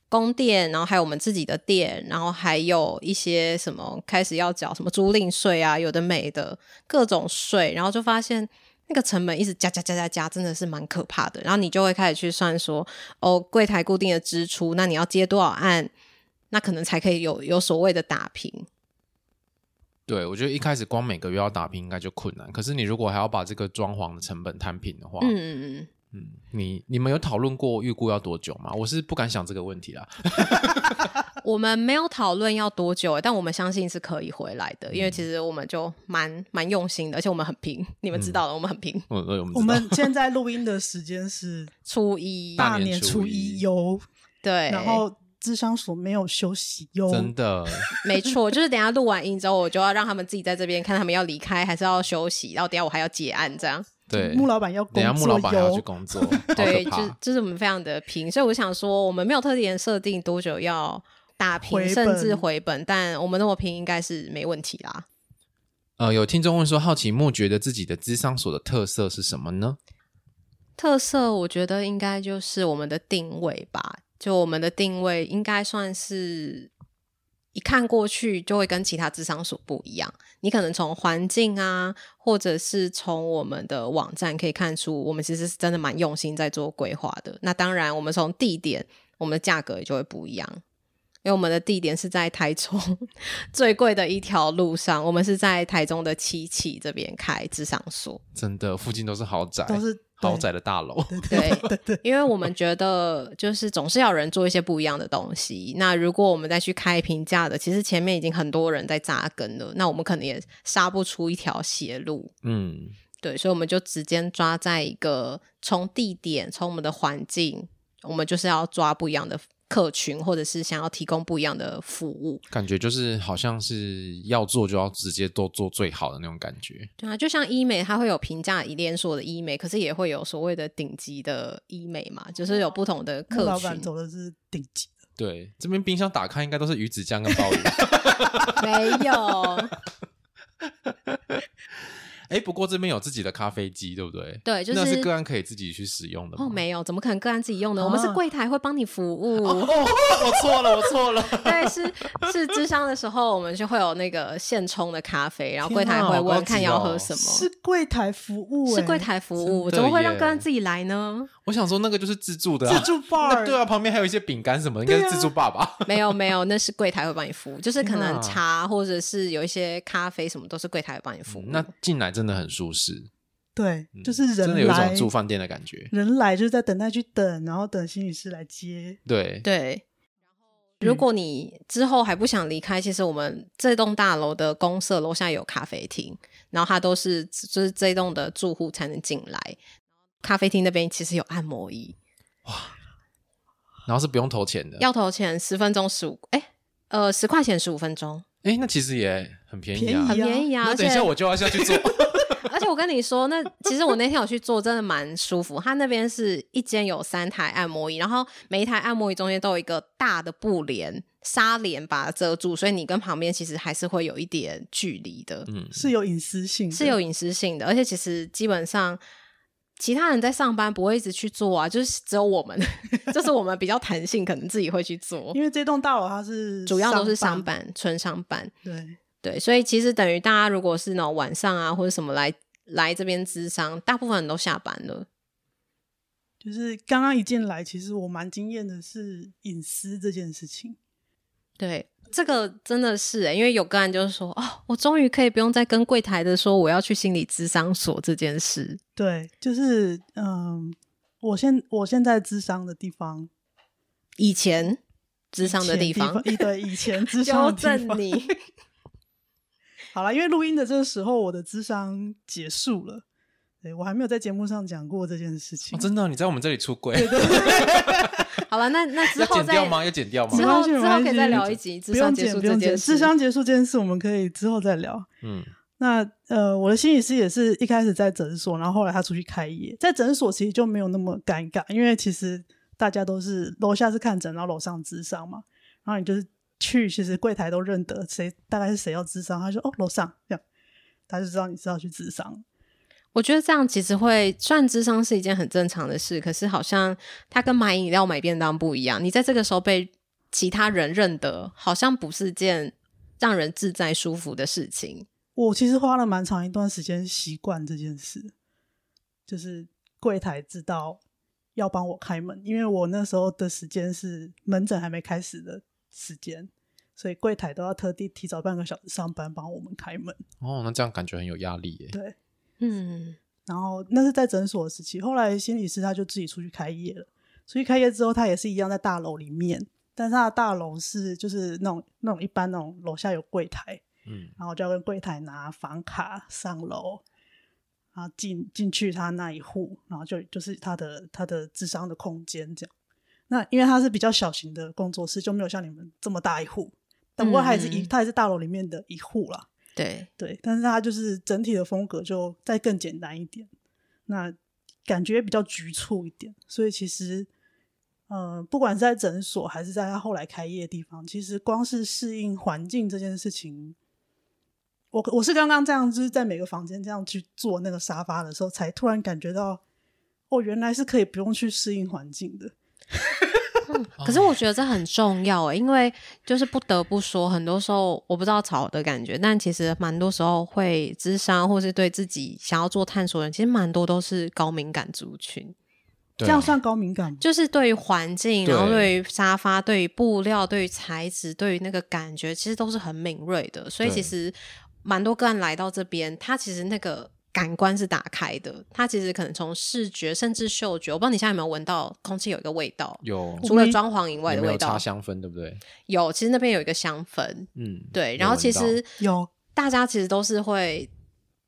Speaker 4: 宫殿，然后还有我们自己的店，然后还有一些什么开始要缴什么租赁税啊，有的没的各种税，然后就发现那个成本一直加加加加加，真的是蛮可怕的。然后你就会开始去算说，哦，柜台固定的支出，那你要接多少案，那可能才可以有有所谓的打平。
Speaker 6: 对，我觉得一开始光每个月要打拼应该就困难，可是你如果还要把这个装潢的成本摊平的话，
Speaker 4: 嗯嗯嗯。
Speaker 6: 嗯，你你们有讨论过预估要多久吗？我是不敢想这个问题啦。
Speaker 4: 我们没有讨论要多久、欸，但我们相信是可以回来的，因为其
Speaker 1: 嗯
Speaker 4: 实我们就蛮蛮用心的，而且我们很平，你
Speaker 1: 嗯
Speaker 4: 们知道的，我们很平。
Speaker 6: 我我们
Speaker 1: 我
Speaker 6: 知道
Speaker 1: 们现在录音的时间 是
Speaker 4: 初一，
Speaker 1: 大
Speaker 6: 年
Speaker 1: 年
Speaker 6: 初
Speaker 1: 初
Speaker 6: 一
Speaker 1: 一哟，
Speaker 4: 对，
Speaker 1: 然后智商所没有休息哟，
Speaker 6: 哎 真的
Speaker 4: 没错，就是等一下录完音之后，我就要让他们自己在这边看，他们要离开还是要休息，然后等一下我还要结案，这样。
Speaker 6: 对，
Speaker 1: 穆老板要
Speaker 6: 等
Speaker 1: 工
Speaker 6: 一下穆老
Speaker 1: 作
Speaker 6: 板还要去
Speaker 1: 哟，
Speaker 6: 工作，好
Speaker 4: 对，就
Speaker 6: 可怕。
Speaker 4: 就是我们非常的平，所以我想说，我们没有特点设定多久要打平，
Speaker 1: 回
Speaker 4: 甚至
Speaker 1: 本
Speaker 4: 回本，但我们那么平应该是没问题啦。
Speaker 6: 呃，有听众问说，好奇木觉得自己的智商所的特色是什么呢？
Speaker 4: 特色，我觉得应该就是我们的定位吧。就我们的定位应该算是，一看过去就会跟其他智商所不一样。你可能从环境啊，或者是从我们的网站可以看出，我们其实是真的蛮用心在做规划的。那当然，我们从地点，我们的价格也就会不一样。因为我们的地点是在台中最贵的一条路上，我们是在台中的七期这边开智商所。
Speaker 6: 真的，附近都是豪宅，
Speaker 1: 都是
Speaker 6: 豪宅的大楼。
Speaker 4: 对因为我们觉得就是总是要有人做一些不一样的东西。那如果我们再去开平价的，其实前面已经很多人在扎根了，那我们可能也杀不出一条血路。
Speaker 6: 嗯，
Speaker 4: 对，所以我们就直接抓在一个从地点、从我们的环境，我们就是要抓不一样的客群，或者是想要提供不一样的服务。
Speaker 6: 感觉就是好像是要做就要直接都做最好的那种感觉。
Speaker 4: 对啊，就像医美，它会有平价连锁的医美，可是也会有所谓的顶级的医美嘛，就是有不同的
Speaker 1: 穆
Speaker 4: 客
Speaker 1: 老
Speaker 4: 群
Speaker 1: 板。走的是顶级的，
Speaker 6: 对，这边冰箱打开应该都是鱼子酱跟鲍鱼。
Speaker 4: 没有，
Speaker 6: 哎，不过这边有自己的咖啡机，对不对？
Speaker 4: 对就是
Speaker 6: 那是个案可以自己去使用的吗
Speaker 4: 哦，没有，怎么可能个案自己用呢？我们是
Speaker 1: 啊
Speaker 4: 柜台会帮你服务，
Speaker 6: 哦我错了，我错了。
Speaker 4: 对，是是智商的时候，我们就会有那个现冲的咖啡，然后
Speaker 1: 天
Speaker 4: 柜台
Speaker 1: 哪
Speaker 4: 会
Speaker 6: 好高
Speaker 4: 问看
Speaker 6: 级
Speaker 4: 要
Speaker 6: 哦
Speaker 4: 喝什么
Speaker 1: 是。柜台服务、欸，
Speaker 4: 是柜台服务，
Speaker 6: 真
Speaker 4: 怎
Speaker 6: 的
Speaker 4: 么会让
Speaker 6: 耶
Speaker 4: 个案自己来 呢？
Speaker 6: 我想说那个就是自助的、啊，
Speaker 1: 自助
Speaker 6: 那
Speaker 1: bar，啊
Speaker 6: 对啊，旁边还有一些饼干什么，应该是自助爸爸。
Speaker 4: 没有没有，那是柜台会帮你服务，就是可
Speaker 6: 天哪
Speaker 4: 能茶或者是有一些咖啡什么都是柜台会帮你服务。
Speaker 6: 嗯那进来真的很舒适，
Speaker 1: 对
Speaker 6: 嗯
Speaker 1: 就是
Speaker 6: 真的
Speaker 1: 人
Speaker 6: 有一
Speaker 1: 来
Speaker 6: 种住饭店的感觉。
Speaker 1: 人来就是在等待去等，然后等心理师来接。
Speaker 6: 对，
Speaker 4: 对。如
Speaker 6: 嗯
Speaker 4: 果你之后还不想离开，其实我们这栋大楼的公社楼下有咖啡厅，然后它都是就是这栋的住户才能进来。咖啡厅那边其实有按摩椅，
Speaker 6: 然后是不用投钱的。
Speaker 4: 要投钱十分钟十五，哎，呃，十块钱十五分钟，
Speaker 6: 哎，那其实也很便宜啊。
Speaker 1: 便
Speaker 4: 很
Speaker 1: 宜啊
Speaker 4: 便宜啊！
Speaker 6: 那
Speaker 4: 而
Speaker 6: 等
Speaker 4: 且
Speaker 6: 一下我就要下去做。
Speaker 4: 而且我跟你说，那其实我那天有去做，真的蛮舒服。它那边是一间有三台按摩椅，然后每一台按摩椅中间都有一个大的布帘纱帘把它遮住，所以你跟旁边其实还是会有一点距离的，
Speaker 6: 嗯，
Speaker 1: 是有隐私性的，
Speaker 4: 是有隐私性的。而且其实基本上。其他人在上班不会一直去做啊，就是只有我们， 就是我们比较弹性，可能自己会去做
Speaker 1: 因。为这栋大楼它是
Speaker 4: 主要都是上
Speaker 1: 班，
Speaker 4: 班，纯上班。
Speaker 1: 对，
Speaker 4: 对，所以其实等于大家如果是那种晚上啊或者什么来来这边咨商，大部分人都下班了。
Speaker 1: 就是刚刚一进来，其实我蛮惊艳的是隐私这件事情，
Speaker 4: 对，这个真的是、欸，因为有个人就是说，哦，我终于可以不用再跟柜台的说我要去心理咨商所这件事。
Speaker 1: 对，就是嗯，我现我现在智商的地方，
Speaker 4: 以前咨商的
Speaker 1: 前
Speaker 4: 地方，
Speaker 1: 一对以前智
Speaker 4: 纠
Speaker 1: 商的地
Speaker 4: 正
Speaker 1: 方。
Speaker 4: 你，
Speaker 1: 好了，因为录音的这个时候，我的智商结束了，对我还没有在节目上讲过这件事情，
Speaker 6: 哦真的哦，你在我们这里出柜，
Speaker 4: 好了，那那之
Speaker 6: 要
Speaker 4: 后
Speaker 6: 剪
Speaker 4: 再
Speaker 6: 掉吗？要剪掉吗
Speaker 1: 没
Speaker 4: 之？
Speaker 1: 关
Speaker 4: 后
Speaker 1: 系
Speaker 4: 之后可以再聊一集
Speaker 1: 不
Speaker 4: 咨商
Speaker 1: 用
Speaker 4: 结
Speaker 1: 剪
Speaker 4: 束
Speaker 1: 不
Speaker 4: 这
Speaker 1: 用
Speaker 4: 件
Speaker 1: 剪，
Speaker 4: 事。
Speaker 1: 智商结束这件事我们可以之后再聊。
Speaker 6: 嗯，
Speaker 1: 那呃，我的心理师也是一开始在诊所，然后后来他出去开业，在诊所其实就没有那么尴尬，因为其实大家都是楼下是看诊，然后楼上智商嘛，然后你就是去，其实柜台都认得谁大概是谁要智商，他就说哦楼上这样，他就知道你是要去智商。
Speaker 4: 我觉得这样其实会，虽然智商是一件很正常的事，可是好像它跟买饮料、买便当不一样。你在这个时候被其他人认得，好像不是件让人自在舒服的事情。
Speaker 1: 我其实花了蛮长一段时间习惯这件事，就是柜台知道要帮我开门，因为我那时候的时间是门诊还没开始的时间，所以柜台都要特地提早半个小时上班帮我们开门。
Speaker 6: 哦，那这样感觉很有压力耶。
Speaker 1: 对，
Speaker 4: 嗯，
Speaker 1: 然后那是在诊所的时期，后来心理师他就自己出去开业了。出去开业之后，他也是一样在大楼里面，但是他的大楼是就是那种那种一般那种楼下有柜台，
Speaker 6: 嗯，
Speaker 1: 然后就要跟柜台拿房卡上楼，然后进进去他那一户，然后就就是他的他的智商的空间这样。那因为他是比较小型的工作室，就没有像你们这么大一户，但不过他也是一、
Speaker 4: 嗯
Speaker 1: 他也是大楼里面的一户啦。
Speaker 4: 对，
Speaker 1: 对，但是它就是整体的风格就再更简单一点，那感觉比较局促一点。所以其实，嗯、不管是在诊所还是在他后来开业的地方，其实光是适应环境这件事情，我我是刚刚这样，就是在每个房间这样去坐那个沙发的时候，才突然感觉到，哦，原来是可以不用去适应环境的。
Speaker 4: 可是我觉得这很重要、欸，因为就是不得不说，很多时候我不知道草的感觉，但其实蛮多时候会智商或是对自己想要做探索的人，其实蛮多都是高敏感族群，
Speaker 6: 对
Speaker 1: 这样
Speaker 6: 啊
Speaker 1: 算高敏感吗？
Speaker 4: 就是对于环境，
Speaker 6: 对
Speaker 4: 然后对于沙发、对于布料、对于材质、对于那个感觉，其实都是很敏锐的。所以
Speaker 6: 对
Speaker 4: 其实蛮多个案来到这边，他其实那个。感官是打开的，他其实可能从视觉甚至嗅觉，我不知道你现在有没有闻到空气有一个味道，
Speaker 6: 有
Speaker 4: 除了装潢以外
Speaker 6: 你
Speaker 4: 的
Speaker 6: 没
Speaker 4: 味
Speaker 6: 有
Speaker 4: 道
Speaker 6: 插，香氛对不对？
Speaker 4: 有，其实那边有一个香氛，
Speaker 6: 嗯，
Speaker 4: 对，
Speaker 6: 有
Speaker 4: 然后
Speaker 6: 闻
Speaker 4: 其
Speaker 6: 到
Speaker 4: 实
Speaker 1: 有
Speaker 4: 大家其实都是会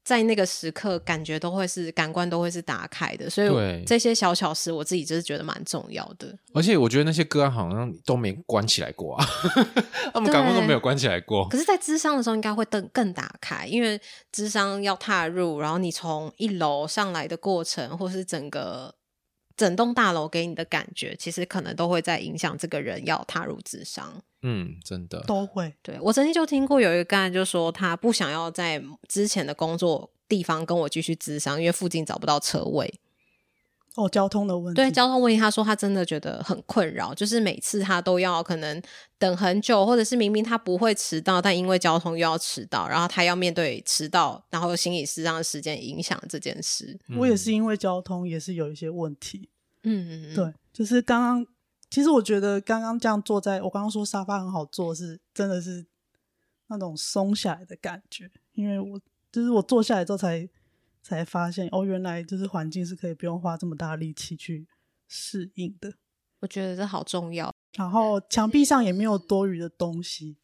Speaker 4: 在那个时刻感觉都会是感官都会是打开的，所
Speaker 6: 对
Speaker 4: 以这些小巧思我自己就是觉得蛮重要的。
Speaker 6: 而且我觉得那些歌好像都没关起来 过啊，他们感官都没有关起来过。
Speaker 4: 可是，在智商的时候应该会更更打开，因为智商要踏入，然后你从一楼上来的过程，或是整个。整栋大楼给你的感觉，其实可能都会在影响这个人要踏入智商。
Speaker 6: 嗯，真的，
Speaker 1: 都会，
Speaker 4: 对我曾经就听过有一个个案，就说他不想要在之前的工作地方跟我继续咨商，因为附近找不到车位。
Speaker 1: 哦，交通的问题，
Speaker 4: 对交通问题，他说他真的觉得很困扰，就是每次他都要可能等很久，或者是明明他不会迟到，但因为交通又要迟到，然后他要面对迟到，然后心理师上的时间影响这件事。
Speaker 6: 嗯
Speaker 1: 我也是因为交通也是有一些问题。
Speaker 4: 嗯，
Speaker 1: 对，就是刚刚，其实我觉得刚刚这样坐在，我刚刚说沙发很好坐，是真的是那种松下来的感觉，因为我就是我坐下来之后才才发现，哦，原来就是环境是可以不用花这么大力气去适应的，
Speaker 4: 我觉得这好重要。
Speaker 1: 然后墙壁上也没有多余的东西，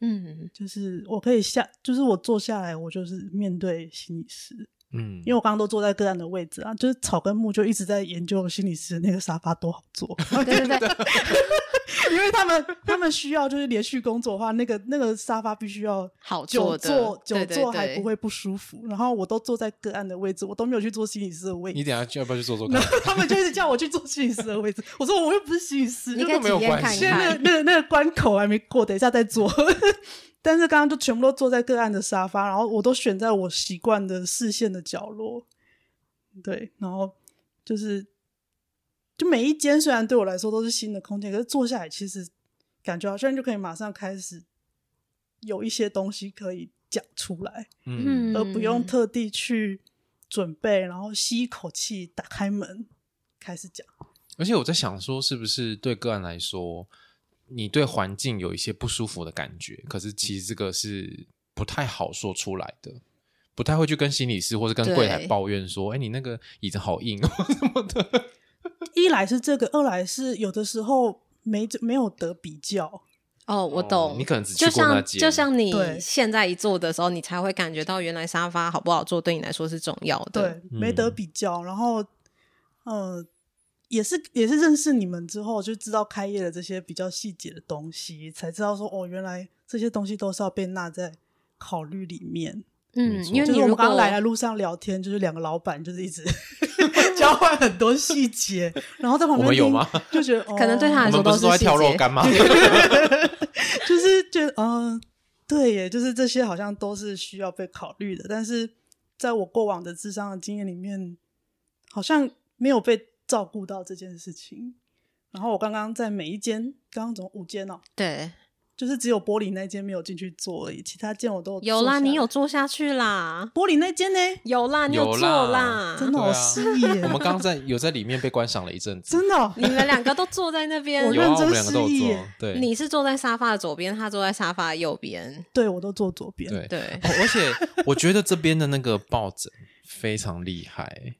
Speaker 4: 嗯，
Speaker 1: 就是我可以下，就是我坐下来，我就是面对心理师，
Speaker 6: 嗯，
Speaker 1: 因为我刚刚都坐在个案的位置啊，就是草根木就一直在研究心理师那个沙发多好坐，
Speaker 4: 对对对，
Speaker 1: 因为他们他们需要就是连续工作的话，那个那个沙发必须要
Speaker 4: 好
Speaker 1: 久
Speaker 4: 坐的
Speaker 1: 坐，久
Speaker 4: 对对
Speaker 1: 坐还
Speaker 4: 对
Speaker 1: 不会不舒服。然后我都坐在个案的位置，我都没有去坐心理师的位
Speaker 6: 你
Speaker 1: 置。
Speaker 6: 等一下要不要去做做看
Speaker 1: 然？后 他们就一直叫我去坐心理师的位置，我说我又不是心理师，
Speaker 4: 你
Speaker 1: 就
Speaker 4: 可以
Speaker 1: 是
Speaker 6: 没
Speaker 4: 体
Speaker 6: 有
Speaker 4: 验
Speaker 6: 关
Speaker 4: 看
Speaker 6: 系
Speaker 1: 现在那个。
Speaker 4: 看
Speaker 1: 那个那个关口还没过，等一下再坐。 但是刚刚就全部都坐在个案的沙发，然后我都选在我习惯的视线的角落。对，然后就是就每一间虽然对我来说都是新的空间，可是坐下来其实感觉好像就可以马上开始有一些东西可以讲出来，
Speaker 6: 嗯，
Speaker 1: 而不用特地去准备，然后吸一口气，打开门开始讲。
Speaker 6: 而且我在想说，是不是对个案来说，你对环境有一些不舒服的感觉，可是其实这个是不太好说出来的。不太会去跟心理师或是跟
Speaker 4: 对
Speaker 6: 柜台抱怨说：“哎、你那个椅子好硬哦什么的。
Speaker 1: 一来是这个，二来是有的时候没没有得比较，
Speaker 4: 哦，我
Speaker 6: 哦
Speaker 4: 懂。
Speaker 6: 你可能只去
Speaker 4: 就
Speaker 6: 过那
Speaker 4: 像
Speaker 6: 间
Speaker 4: 就像你
Speaker 1: 对
Speaker 4: 现在一坐的时候，你才会感觉到原来沙发好不好坐对你来说是重要的。
Speaker 1: 对，
Speaker 6: 嗯
Speaker 1: 没得比较。然后，呃，也是也是认识你们之后，就知道开业的这些比较细节的东西，才知道说哦，原来这些东西都是要被纳在考虑里面。
Speaker 6: 没
Speaker 4: 嗯，
Speaker 6: 错
Speaker 4: 因为
Speaker 1: 就
Speaker 4: 你
Speaker 1: 是我
Speaker 4: 如
Speaker 1: 们
Speaker 4: 果
Speaker 1: 刚来的路上聊天，就是两个老板就是 一直 交换很多细节，然后在旁边
Speaker 6: 我们有
Speaker 1: 听
Speaker 6: 吗？
Speaker 1: 就觉得、哦、
Speaker 4: 可能对他来
Speaker 6: 我们
Speaker 4: 说
Speaker 6: 不
Speaker 4: 都
Speaker 6: 是都在
Speaker 4: 细
Speaker 6: 挑肉
Speaker 4: 节
Speaker 6: 干吗？
Speaker 1: 就是觉得嗯、对耶，就是这些好像都是需要被考虑的，但是在我过往的智商的经验里面，好像没有被照顾到这件事情。然后我刚刚在每一间，刚刚总共五间哦，
Speaker 4: 对，
Speaker 1: 就是只有玻璃那间没有进去做而已，其他间我都
Speaker 4: 有
Speaker 1: 坐
Speaker 4: 啦，
Speaker 1: 下
Speaker 4: 你
Speaker 1: 来
Speaker 4: 有做下去啦，
Speaker 1: 玻璃那间呢？
Speaker 4: 有啦，你有
Speaker 6: 有
Speaker 4: 做
Speaker 6: 啦
Speaker 4: 啦，
Speaker 1: 真的好
Speaker 6: 对啊
Speaker 1: 细
Speaker 6: 我们
Speaker 1: 耶，
Speaker 6: 刚刚在有在里面被观赏了一阵子，
Speaker 1: 真的哦
Speaker 4: 你们两个都坐在那边
Speaker 1: 我，
Speaker 6: 有啊，
Speaker 1: 认
Speaker 6: 我
Speaker 1: 真
Speaker 6: 们两个都有
Speaker 1: 示意
Speaker 6: 做
Speaker 1: 耶，
Speaker 6: 对，
Speaker 4: 你是坐在沙发的左边，他坐在沙发的右边，
Speaker 1: 对我都坐左边，
Speaker 6: 对
Speaker 4: 对，
Speaker 6: 哦而且我觉得这边的那个抱枕非常厉害，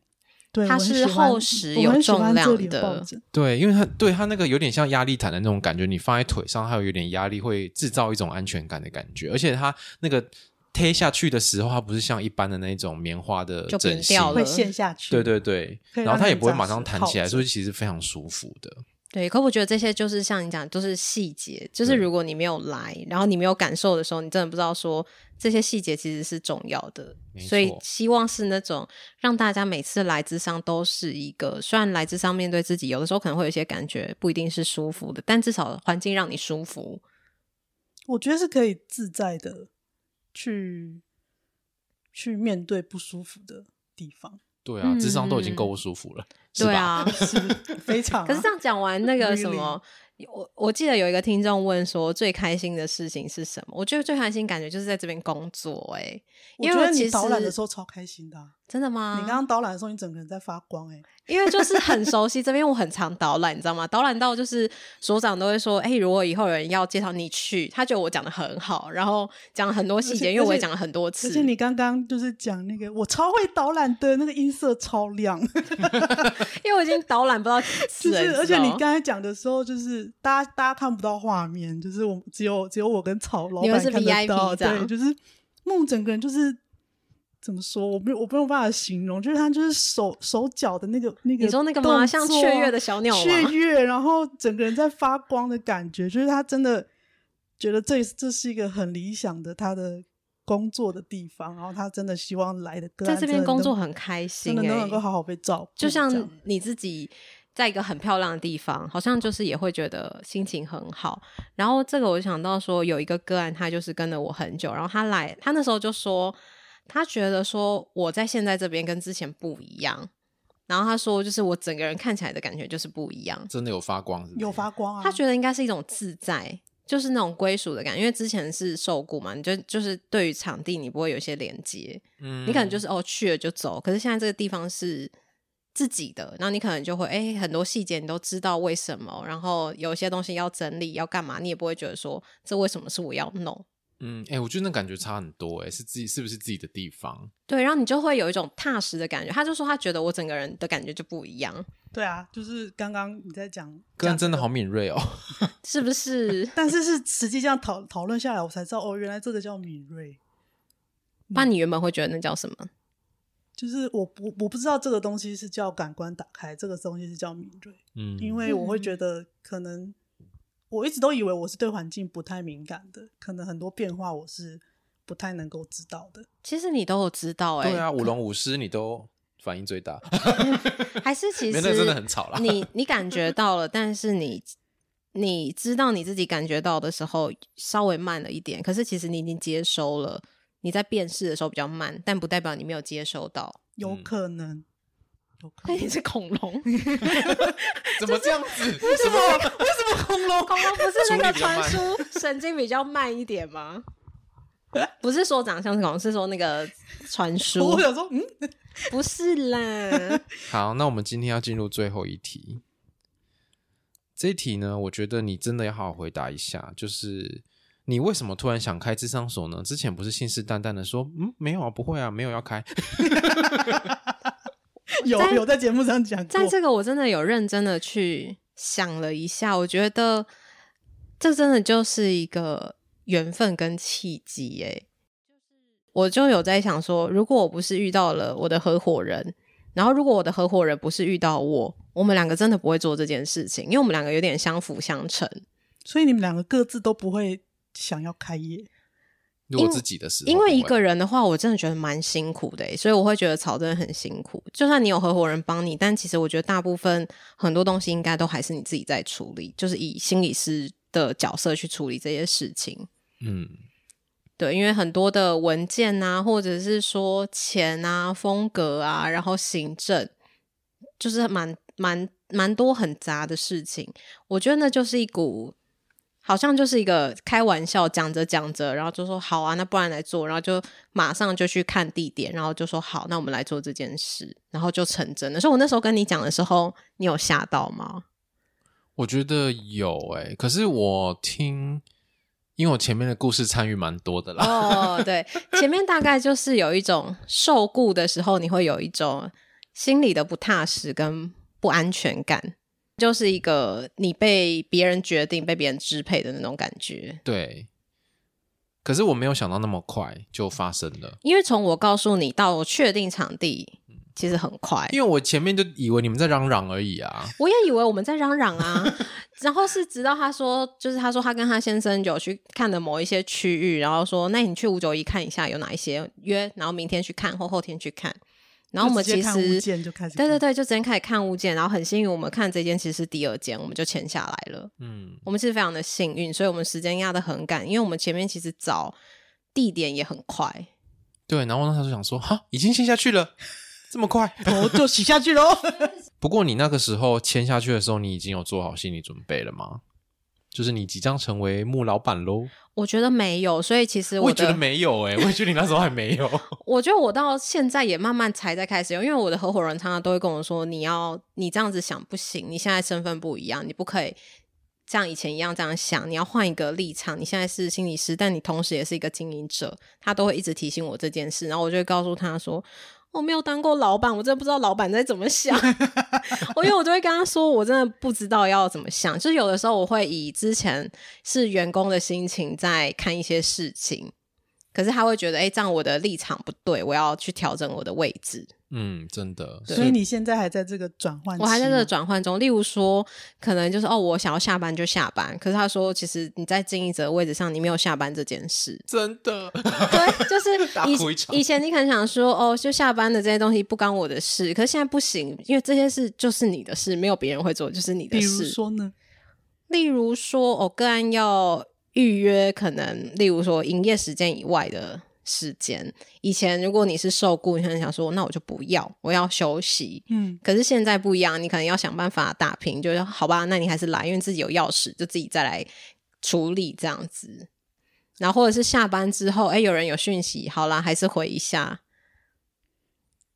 Speaker 1: 对，
Speaker 4: 它
Speaker 1: 我很
Speaker 4: 是
Speaker 1: 喜欢
Speaker 4: 厚实
Speaker 1: 我
Speaker 4: 有
Speaker 1: 很喜欢
Speaker 4: 重量
Speaker 1: 这里的
Speaker 4: 的
Speaker 1: 抱枕
Speaker 6: 对，因为它对它那个有点像压力毯的那种感觉，你放在腿上，它有点压力，会制造一种安全感的感觉，而且它那个贴下去的时候，它不是像一般的那种棉花的
Speaker 4: 就
Speaker 6: 枕
Speaker 4: 扁
Speaker 6: 芯，
Speaker 4: 掉了
Speaker 1: 会陷下去，
Speaker 6: 对对对，
Speaker 1: 可以
Speaker 6: 然后
Speaker 1: 让
Speaker 6: 它
Speaker 1: 你
Speaker 6: 也不会
Speaker 1: 暂
Speaker 6: 马上
Speaker 1: 时
Speaker 6: 弹
Speaker 1: 靠
Speaker 6: 起来，
Speaker 1: 着
Speaker 6: 所以其实非常舒服的。
Speaker 4: 对，可我觉得这些就是像你讲，就是细节，就是
Speaker 6: 对
Speaker 4: 如果你没有来，然后你没有感受的时候，你真的不知道说这些细节其实是重要的。
Speaker 6: 没
Speaker 4: 所以
Speaker 6: 错
Speaker 4: 希望是那种让大家每次来智商都是一个，虽然来智商面对自己，有的时候可能会有一些感觉不一定是舒服的，但至少环境让你舒服。
Speaker 1: 我觉得是可以自在的去去面对不舒服的地方，
Speaker 6: 对啊，智商都已经
Speaker 4: 嗯
Speaker 6: 够不舒服了，是
Speaker 4: 对
Speaker 6: 吧？
Speaker 4: 啊，
Speaker 1: 非常啊、
Speaker 4: 可是这样讲完那个什
Speaker 1: Really？
Speaker 4: 么，我我记得有一个听众问说最开心的事情是什么？我觉得最开心感觉就是在这边工作、欸，哎，
Speaker 1: 我
Speaker 4: 因
Speaker 1: 觉
Speaker 4: 为
Speaker 1: 得
Speaker 4: 其
Speaker 1: 你
Speaker 4: 实
Speaker 1: 导览的时候超开心的啊、
Speaker 4: 真的吗？
Speaker 1: 你刚刚导览的时候，你整个人在发光哎、
Speaker 4: 因为就是很熟悉这边，我很常导览，你知道吗？导览到就是所长都会说，哎、如果以后有人要介绍你去，他觉得我讲的很好，然后讲了很多细
Speaker 1: 而且
Speaker 4: 节，因为我
Speaker 1: 而
Speaker 4: 也
Speaker 1: 且
Speaker 4: 讲了很多次
Speaker 1: 而。且你刚刚就是讲那个我超会导览的那个音色超亮，
Speaker 4: 因为我已经导览不到几次
Speaker 1: 就
Speaker 4: 了，
Speaker 1: 是而且
Speaker 4: 知道
Speaker 1: 你
Speaker 4: 吗
Speaker 1: 刚才讲的时候，就是大家大家看不到画面，就是我只有只有我跟曹老
Speaker 4: 你们
Speaker 1: 板
Speaker 4: 是
Speaker 1: 看
Speaker 4: VIP
Speaker 1: 得到，
Speaker 4: 这样
Speaker 1: 对，就是梦整个人就是怎么说，我没有我没有办法形容，就是他就是手手脚的那个那个，
Speaker 4: 你说那个吗？像雀跃的。小鸟
Speaker 1: 雀
Speaker 4: 吗？
Speaker 1: 跃，然后整个人在发光的感觉，就是他真的觉得这这是一个很理想的他的工作的地方，然后他真的希望来的个
Speaker 4: 在
Speaker 1: 案
Speaker 4: 这
Speaker 1: 啊
Speaker 4: 边
Speaker 1: 真的
Speaker 4: 工作
Speaker 1: 能
Speaker 4: 很开心、
Speaker 1: 真的
Speaker 4: 哎
Speaker 1: 能够好好被照顾，
Speaker 4: 就像
Speaker 1: 这样
Speaker 4: 你自己在一个很漂亮的地方，好像就是也会觉得心情很好。然后这个我想到说，有一个个案，他就是跟了我很久，然后他来，他那时候就说，他觉得说我在现在这边跟之前不一样。然后他说，就是我整个人看起来的感觉就是不一样。
Speaker 6: 真的有发光是不是
Speaker 1: 有发光啊，
Speaker 4: 他觉得应该是一种自在，就是那种归属的感觉。因为之前是受雇嘛，你就就是对于场地你不会有一些连接，
Speaker 6: 嗯
Speaker 4: 你可能就是哦去了就走，可是现在这个地方是自己的，然后你可能就会哎、很多细节你都知道为什么，然后有一些东西要整理要干嘛，你也不会觉得说这为什么是我要弄，
Speaker 6: 嗯，哎、我觉得那感觉差很多、哎，是自己是不是自己的地方？
Speaker 4: 对，然后你就会有一种踏实的感觉。他就说他觉得我整个人的感觉就不一样，
Speaker 1: 对啊，就是刚刚你在讲，
Speaker 6: 个人真
Speaker 1: 讲
Speaker 6: 的
Speaker 1: 这个？
Speaker 6: 好敏锐哦，
Speaker 4: 是不是
Speaker 1: 但是是实际这样讨讨论下来，我才知道哦，原来这个叫敏锐，
Speaker 4: 不然你原本会觉得那叫什么？
Speaker 1: 就是我不我不知道这个东西是叫感官打开，这个东西是叫敏锐。
Speaker 6: 嗯，
Speaker 1: 因为我会觉得可能我一直都以为我是对环境不太敏感的，可能很多变化我是不太能够知道的。
Speaker 4: 其实你都有知道哎、
Speaker 6: 对啊，舞龙舞狮你都反应最大，
Speaker 4: 还是其
Speaker 6: 没
Speaker 4: 实
Speaker 6: 那真的很 吵啦
Speaker 4: 你你感觉到了，但是你你知道你自己感觉到的时候稍微慢了一点，可是其实你已经接收了。你在辨识的时候比较慢，但不代表你没有接收到。
Speaker 1: 有
Speaker 6: 嗯
Speaker 1: 可能，有可
Speaker 4: 那
Speaker 1: 能
Speaker 4: 你是恐龙，
Speaker 6: 怎么这样子？什么？
Speaker 4: 恐龙恐龙不是那
Speaker 6: 处理
Speaker 4: 个
Speaker 6: 比较慢
Speaker 4: 传输神经比较慢一点吗？不是说长相是恐龙，是说那个传 输
Speaker 1: 我，想说，嗯，
Speaker 4: 不是啦。
Speaker 6: 好，那我们今天要进入最后一题。这一题呢，我觉得你真的要好好回答一下，就是你为什么突然想开智商所呢？之前不是信誓旦旦的说，嗯，没有啊，不会啊，没有要开。
Speaker 1: 有
Speaker 4: 在
Speaker 1: 有在节目上讲过
Speaker 4: 在，这个我真的有认真的去想了一下，我觉得这真的就是一个缘分跟契机诶、我就有在想说，如果我不是遇到了我的合伙人，然后如果我的合伙人不是遇到我，我们两个真的不会做这件事情，因为我们两个有点相辅相成。
Speaker 1: 所以你们两个各自都不会想要开业，
Speaker 6: 如果自己的时候，
Speaker 4: 因为一个
Speaker 6: 人，
Speaker 4: 人的话，我真的觉得蛮辛苦的欸，所以我会觉得草真的很辛苦。就算你有合伙人帮你，但其实我觉得大部分很多东西应该都还是你自己在处理，就是以心理师的角色去处理这些事情。
Speaker 6: 嗯，
Speaker 4: 对，因为很多的文件啊，或者是说钱啊、风格啊，然后行政，就是蛮蛮蛮多很杂的事情，我觉得那就是一股。好像就是一个开玩笑，讲着讲着，然后就说好啊，那不然来做，然后就马上就去看地点，然后就说好，那我们来做这件事，然后就成真了。所以我那时候跟你讲的时候，你有吓到吗？
Speaker 6: 我觉得有哎、可是我听，因为我前面的故事参与蛮多的啦。
Speaker 4: 哦，对，前面大概就是有一种受雇的时候，你会有一种心里的不踏实跟不安全感，就是一个你被别人决定、被别人支配的那种感觉。
Speaker 6: 对，可是我没有想到那么快就发生了，
Speaker 4: 因为从我告诉你到我确定场地，其实很快。
Speaker 6: 因为我前面就以为你们在嚷嚷而已啊。
Speaker 4: 我也以为我们在嚷嚷啊，然后是直到他说，就是他说他跟他先生有去看的某一些区域，然后说那你去五九一看一下有哪一些约，然后明天去看或后天去看。然后我们
Speaker 1: 就直
Speaker 4: 其
Speaker 1: 接看
Speaker 4: 实
Speaker 1: 物件就开始看
Speaker 4: 对对对，就直接开始看物件，然后很幸运，我们看这间其实是第二间，我们就签下来了。
Speaker 6: 嗯，
Speaker 4: 我们是非常的幸运，所以我们时间压得很赶，因为我们前面其实找地点也很快，
Speaker 6: 对。然后那时候想说，哈，已经签下去了，这么快。
Speaker 1: 头就洗下去喽。
Speaker 6: 不过你那个时候签下去的时候，你已经有做好心理准备了吗？就是你即将成为木老板喽？
Speaker 4: 我觉得没有，所以其实
Speaker 6: 我
Speaker 4: 我
Speaker 6: 也觉
Speaker 4: 的
Speaker 6: 得没有哎、我也觉得你那时候 还没有。
Speaker 4: 我觉得我到现在也慢慢才在开始用，因为我的合伙人常常都会跟我说：“你要你这样子想不行，你现在身份不一样，你不可以像以前一样这样想，你要换一个立场。你现在是心理师，但你同时也是一个经营者。”他都会一直提醒我这件事，然后我就会告诉他说。我没有当过老板，我真的不知道老板在怎么想。 我因为我都会跟他说，我真的不知道要怎么想。就是有的时候我会以之前是员工的心情在看一些事情，可是他会觉得，哎、这样我的立场不对，我要去调整我的位置。
Speaker 6: 嗯，真的。。
Speaker 1: 所以你现在还在这个转换期
Speaker 4: 我
Speaker 1: 吗，
Speaker 4: 还在这个转换中，例如说，可能就是哦，我想要下班就下班，可是他说，其实你在经营者的位置上，你没有下班这件事
Speaker 6: 真的，
Speaker 4: 对，就
Speaker 6: 大哭一
Speaker 4: 是
Speaker 6: 场
Speaker 4: 以以前你可能想说，哦，就下班的这些东西不干我的事，可是现在不行，因为这些事就是你的事，没有别人会做，就是你的
Speaker 1: 比如
Speaker 4: 事。
Speaker 1: 说呢，
Speaker 4: 例如说，哦，个案要预约，可能例如说营业时间以外的时间。以前如果你是受雇，你可能想说，那我就不要，我要休息。
Speaker 1: 嗯，
Speaker 4: 可是现在不一样，你可能要想办法打平，就是好吧，那你还是来，因为自己有钥匙，就自己再来处理这样子。然后或者是下班之后，哎，有人有讯息，好啦，还是回一下。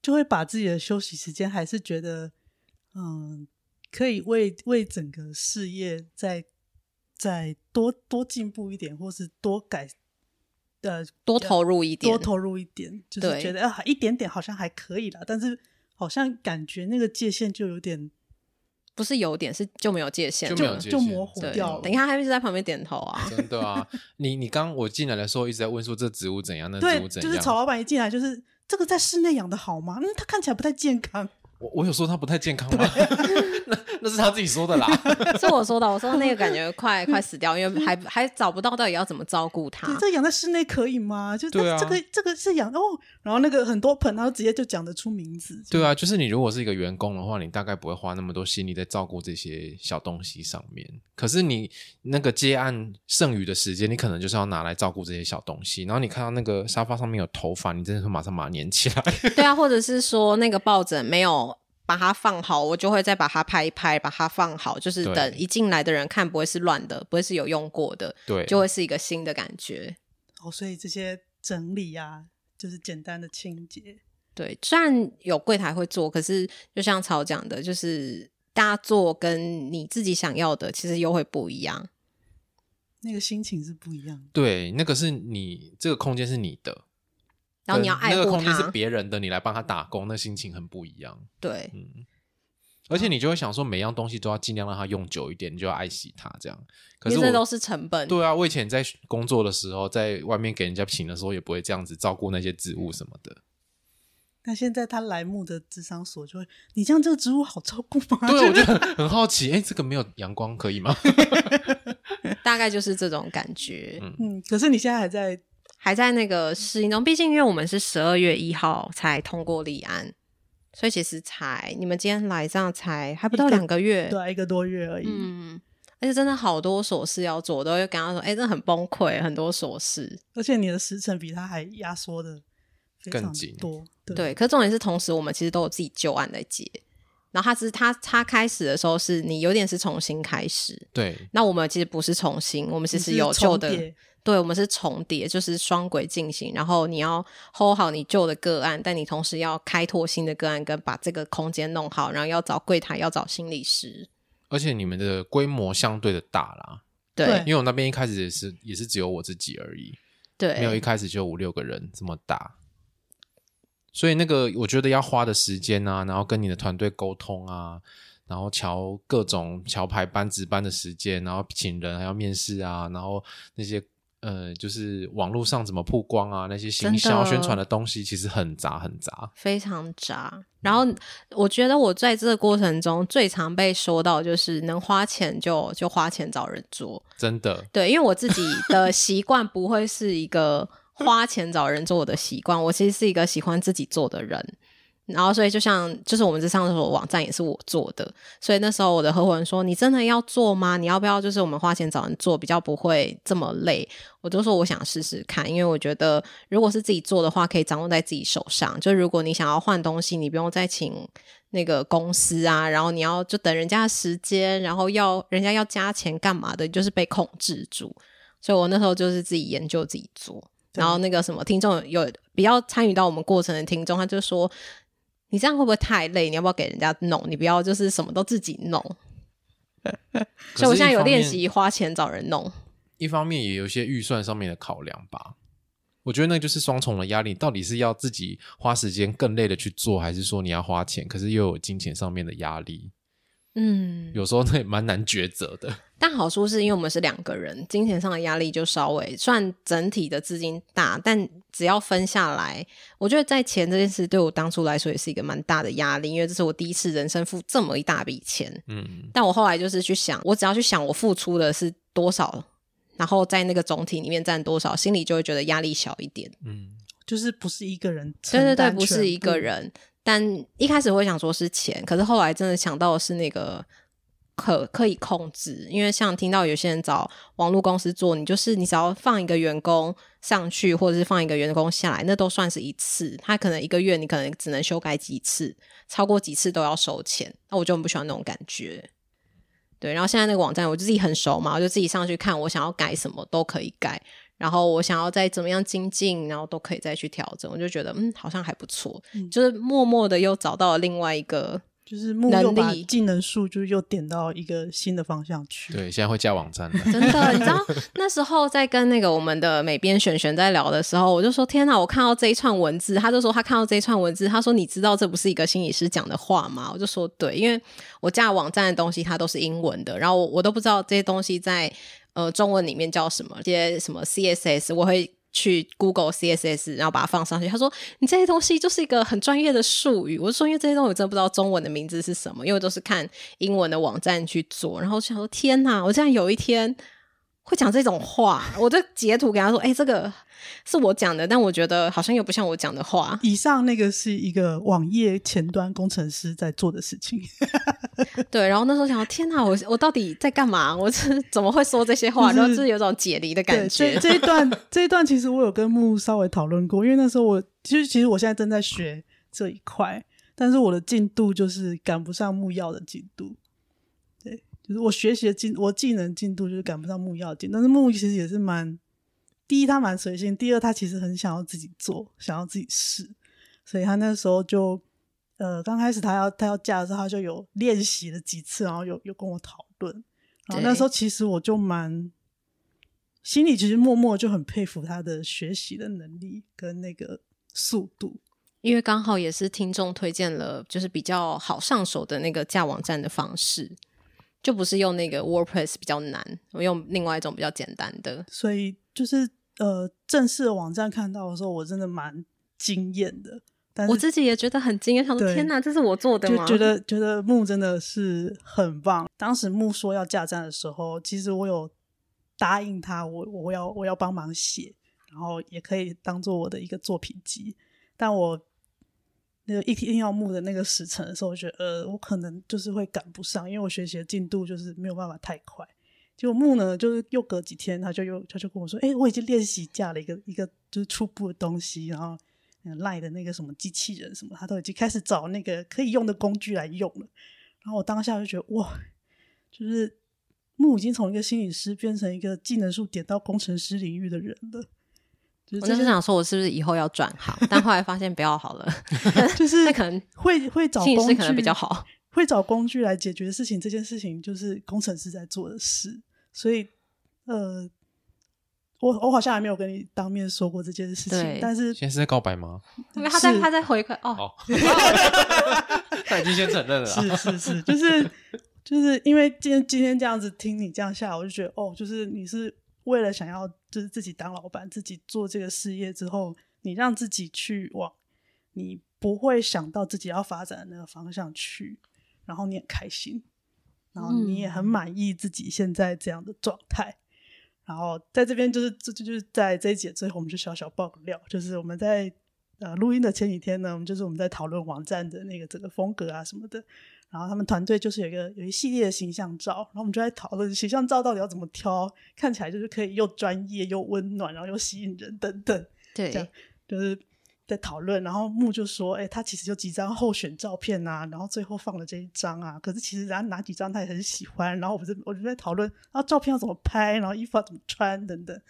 Speaker 1: 就会把自己的休息时间还是觉得，嗯，可以为为整个事业再再多多进步一点，或是多改，呃，
Speaker 4: 多投入一点，
Speaker 1: 多投入一点，就是
Speaker 4: 对
Speaker 1: 觉得啊，一点点好像还可以啦，但是好像感觉那个界限就有点
Speaker 4: 不是有点是就没有界限
Speaker 6: 就
Speaker 4: 了，
Speaker 6: 没有界限
Speaker 1: 就模糊
Speaker 4: 对
Speaker 1: 掉了。
Speaker 4: 等一下，他一直在旁边点头啊。
Speaker 6: 真的啊！你你刚我进来的时候一直在问说这植物怎样，那
Speaker 1: 对
Speaker 6: 植物，怎
Speaker 1: 就
Speaker 6: 样？
Speaker 1: 是曹老板一进来就是这个在室内养的好吗？嗯，它看起来不太健康。
Speaker 6: 我我有说它不太健康吗？那那是他自己说的啦。
Speaker 4: 是我说的，我说那个感觉 快快死掉，因为还还找不到到底要怎么照顾它
Speaker 1: 对，。这个养在室内可以吗？就
Speaker 6: 啊对啊
Speaker 1: 这个这个是养哦，然后那个很多盆，然后直接就讲得出名字。
Speaker 6: 对啊，就是你如果是一个员工的话，你大概不会花那么多心力在照顾这些小东西上面。可是你那个接案剩余的时间，你可能就是要拿来照顾这些小东西。然后你看到那个沙发上面有头发，你真的会马上把它粘起来。
Speaker 4: 对啊，或者是说那个抱枕没有把它放好，我就会再把它拍一拍，把它放好，就是
Speaker 6: 对
Speaker 4: 等一进来的人看不会是乱的，不会是有用过的，
Speaker 6: 对，
Speaker 4: 就会是一个新的感觉。
Speaker 1: 哦，所以这些整理啊，就是简单的清洁。
Speaker 4: 对，虽然有柜台会做，可是就像曹讲的，就是大家做跟你自己想要的其实又会不一样。
Speaker 1: 那个心情是不一样的，
Speaker 6: 对，那个是你这个空间是你的，
Speaker 4: 然后你要
Speaker 6: 跟
Speaker 4: 爱
Speaker 6: 那个
Speaker 4: 护
Speaker 6: 空间是
Speaker 4: 它，
Speaker 6: 别人的，你来帮他打工，那心情很不一样。
Speaker 4: 对，
Speaker 6: 嗯，而且你就会想说，每样东西都要尽量让它用久一点，你就要爱惜它这样。可
Speaker 4: 因
Speaker 6: 是
Speaker 4: 为这
Speaker 6: 我
Speaker 4: 都是成本。
Speaker 6: 对啊，我以前在工作的时候，在外面给人家请的时候，也不会这样子照顾那些植物什么的。
Speaker 1: 那现在他来木的智商所就会，你这样这个植物好照顾吗？
Speaker 6: 对，我
Speaker 1: 就
Speaker 6: 就很好奇，哎、这个没有阳光可以吗？
Speaker 4: 大概就是这种感觉。
Speaker 1: 嗯，可是你现在还在
Speaker 4: 还在那个适应中。毕竟因为我们是十二月一号才通过立案，所以其实才你们今天来这样才还不到
Speaker 1: 一个
Speaker 4: 两个月，
Speaker 1: 对啊一个多月而已。
Speaker 4: 嗯，而且真的好多琐事要做，我都会跟他说，哎、真的很崩溃，很多琐事。
Speaker 1: 而且你的时程比他还压缩的非
Speaker 6: 更
Speaker 1: 常
Speaker 6: 紧
Speaker 1: 多。对，
Speaker 4: 对，可重点是同时我们其实都有自己旧案在接。然后它只是它它开始的时候是你有点是重新开始，
Speaker 6: 对，
Speaker 4: 那我们其实不是重新，我们其实
Speaker 1: 你是
Speaker 4: 有旧的
Speaker 1: 重叠，
Speaker 4: 对，我们是重叠，就是双轨进行。然后你要 hold 好你旧的个案，但你同时要开拓新的个案，跟把这个空间弄好，然后要找柜台，要找心理师。
Speaker 6: 而且你们的规模相对的大啦，
Speaker 4: 对
Speaker 1: 对
Speaker 6: 因为我那边一开始也是也是只有我自己而已，
Speaker 4: 对，
Speaker 6: 没有一开始就五六个人这么大，所以那个我觉得要花的时间啊，然后跟你的团队沟通啊，然后瞧各种桥排班值班的时间，然后请人还要面试啊，然后那些呃就是网络上怎么曝光啊，那些行销
Speaker 4: 真的
Speaker 6: 宣传的东西其实很杂很杂，
Speaker 4: 非常杂。然后我觉得我在这个过程中最常被说到就是能花钱就就花钱找人做，
Speaker 6: 真的
Speaker 4: 对，因为我自己的习惯不会是一个花钱找人做的习惯，我其实是一个喜欢自己做的人。然后，所以就像就是我们这上厕所网站也是我做的，所以那时候我的合伙人说：“你真的要做吗？你要不要就是我们花钱找人做，比较不会这么累？”我就说我想试试看，因为我觉得如果是自己做的话，可以掌握在自己手上。就如果你想要换东西，你不用再请那个公司啊，然后你要就等人家的时间，然后要人家要加钱干嘛的，你就是被控制住。所以我那时候就是自己研究自己做，
Speaker 1: 对
Speaker 4: 然后那个什么听众有比较参与到我们过程的听众，他就说。你这样会不会太累？你要不要给人家弄？你不要就是什么都自己弄。所以我现在有练习花钱找人弄。
Speaker 6: 一方面也有一些预算上面的考量吧。我觉得那就是双重的压力，到底是要自己花时间更累的去做，还是说你要花钱，可是又有金钱上面的压力？
Speaker 4: 嗯，
Speaker 6: 有时候那也蛮难抉择的。
Speaker 4: 但好处是因为我们是两个人，金钱上的压力就稍微算整体的资金大，但只要分下来，我觉得在钱这件事对我当初来说也是一个蛮大的压力，因为这是我第一次人生付这么一大笔钱。
Speaker 6: 嗯，
Speaker 4: 但我后来就是去想，我只要去想我付出的是多少，然后在那个总体里面占多少，心里就会觉得压力小一点。
Speaker 1: 就是不是一个人承
Speaker 4: 对对对，
Speaker 1: 担
Speaker 4: 不是一个
Speaker 1: 全部，
Speaker 4: 人。但一开始我会想说是钱，可是后来真的想到的是那个可可以控制，因为像听到有些人找网络公司做，你就是你只要放一个员工上去，或者是放一个员工下来，那都算是一次。他可能一个月你可能只能修改几次，超过几次都要收钱。那我就很不喜欢那种感觉。对，然后现在那个网站我就自己很熟嘛，我就自己上去看，我想要改什么都可以改。然后我想要再怎么样精进，然后都可以再去调整，我就觉得嗯，好像还不错，就是默默的又找到了另外一个，
Speaker 1: 就是木又把
Speaker 4: 能力
Speaker 1: 技能树就是又点到一个新的方向去。
Speaker 6: 对，现在会架网站了。
Speaker 4: 真的，你 知道那时候在跟那个我们的美编璇璇在聊的时候，我就说天哪，我看到这一串文字，他就说他看到这一串文字，他说你知道这不是一个心理师讲的话吗？我就说对，因为我架网站的东西它都是英文的，然后我我都不知道这些东西在呃中文里面叫什么，这些什么 CSS，我会。去 Google CSS，然后把它放上去。他说：“你这些东西就是一个很专业的术语。”我就说：“因为这些东西我真的不知道中文的名字是什么，因为我都是看英文的网站去做。”然后我就想说：“天哪！我竟然有一天会讲这种话！”我就截图给他说：“哎、这个是我讲的，但我觉得好像又不像我讲的话。”
Speaker 1: 以上那个是一个网页前端工程师在做的事情，
Speaker 4: 对，然后那时候想说，天哪，我我到底在干嘛？我是 怎么会说这些话？
Speaker 1: 就是
Speaker 4: 然后就是有种解离的感
Speaker 1: 对，
Speaker 4: 觉
Speaker 1: 这。这一 段这一段其实我有跟木稍微讨论过，因为那时候我其实其实我现在正在学这一块，但是我的进度就是赶不上木曜的进度。对，就是我学习的进我技能进度就是赶不上木曜的进度，但是木其实也是蛮，第一他蛮随性，第二他其实很想要自己做，想要自己试，所以他那时候就。呃，刚开始他要他要嫁的时候，他就有练习了几次，然后有有跟我讨论，然后那
Speaker 4: 对
Speaker 1: 时候其实我就蛮心里其实默默就很佩服他的学习的能力跟那个速度。
Speaker 4: 因为刚好也是听众推荐了，就是比较好上手的那个架网站的方式，就不是用那个 WordPress 比较难，我用另外一种比较简单的。
Speaker 1: 所以就是呃，正式的网站看到的时候，我真的蛮惊艳的。但是
Speaker 4: 我自己也觉得很惊讶，想说
Speaker 1: 对
Speaker 4: 天哪，这是我做的
Speaker 1: 就
Speaker 4: 吗？
Speaker 1: 觉得觉得木真的是很棒。当时木说要架站的时候，其实我有答应他，我我要我要帮忙写，然后也可以当做我的一个作品集。但我那个一听要木的那个时辰的时候，我觉得呃，我可能就是会赶不上，因为我学习的进度就是没有办法太快。结果木呢，就是又隔几天，他就又他就跟我说：“哎、我已经练习架了一个一个就是初步的东西，然后那个 Line 的那个什么机器人什么，他都已经开始找那个可以用的工具来用了。然后我当下就觉得哇，就是木已经从一个心理师变成一个技能树点到工程师领域的人了。就是
Speaker 4: 我
Speaker 1: 这
Speaker 4: 那时候想说，我是不是以后要转行？但后来发现不要好了，
Speaker 1: 就是
Speaker 4: 那可能
Speaker 1: 会会找
Speaker 4: 心理师
Speaker 1: 工
Speaker 4: 可能
Speaker 1: 具
Speaker 4: 比较好。
Speaker 1: 会找工具来解决事情，这件事情就是工程师在做的事。所以，呃，我我好像还没有跟你当面说过这件事情
Speaker 4: 对，
Speaker 1: 但是
Speaker 6: 现在是在告白吗？
Speaker 4: 因为他在
Speaker 1: 是
Speaker 4: 他在回馈哦，
Speaker 6: 哦， 他已经先承认了啊啦。
Speaker 1: 是是是，就是就是因为今天今天这样子听你这样下来，我就觉得哦，就是你是为了想要就是自己当老板，自己做这个事业之后，你让自己去往你不会想到自己要发展的那个方向去，然后你很开心，然后你也很满意自己现在这样的状态。然后在这边就是这这就是在这一节最后，我们就小小爆个料，就是我们在呃录音的前几天呢，我们就是我们在讨论网站的那个整个风格啊什么的，然后他们团队就是有一个有一系列的形象照，然后我们就在讨论形象照到底要怎么挑，看起来就是可以又专业又温暖，然后又吸引人等等，这样
Speaker 4: 对，
Speaker 1: 就是在讨论。然后木就说：“哎、他其实就几张候选照片啊，然后最后放了这一张啊。可是其实然后哪几张他也很喜欢。然后我们就我就在讨论，然后照片要怎么拍，然后衣服要怎么穿等等。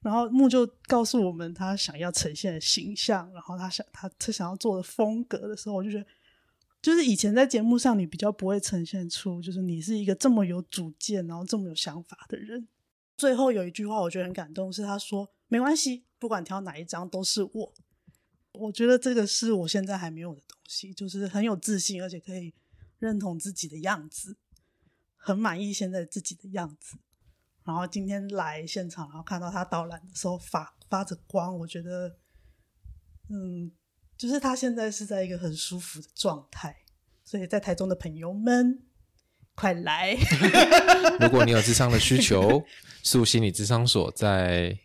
Speaker 1: 然后木就告诉我们他想要呈现的形象，然后他想他他想要做的风格的时候，我就觉得。”就是以前在节目上，你比较不会呈现出，就是你是一个这么有主见，然后这么有想法的人。最后有一句话，我觉得很感动，是他说：“没关系，不管挑哪一张都是我。”我觉得这个是我现在还没有的东西，就是很有自信，而且可以认同自己的样子，很满意现在自己的样子。然后今天来现场，然后看到他导览的时候发发着光，我觉得，嗯，就是他现在是在一个很舒服的状态，所以在台中的朋友们，快来！
Speaker 6: 如果你有智商的需求，素心理智商所在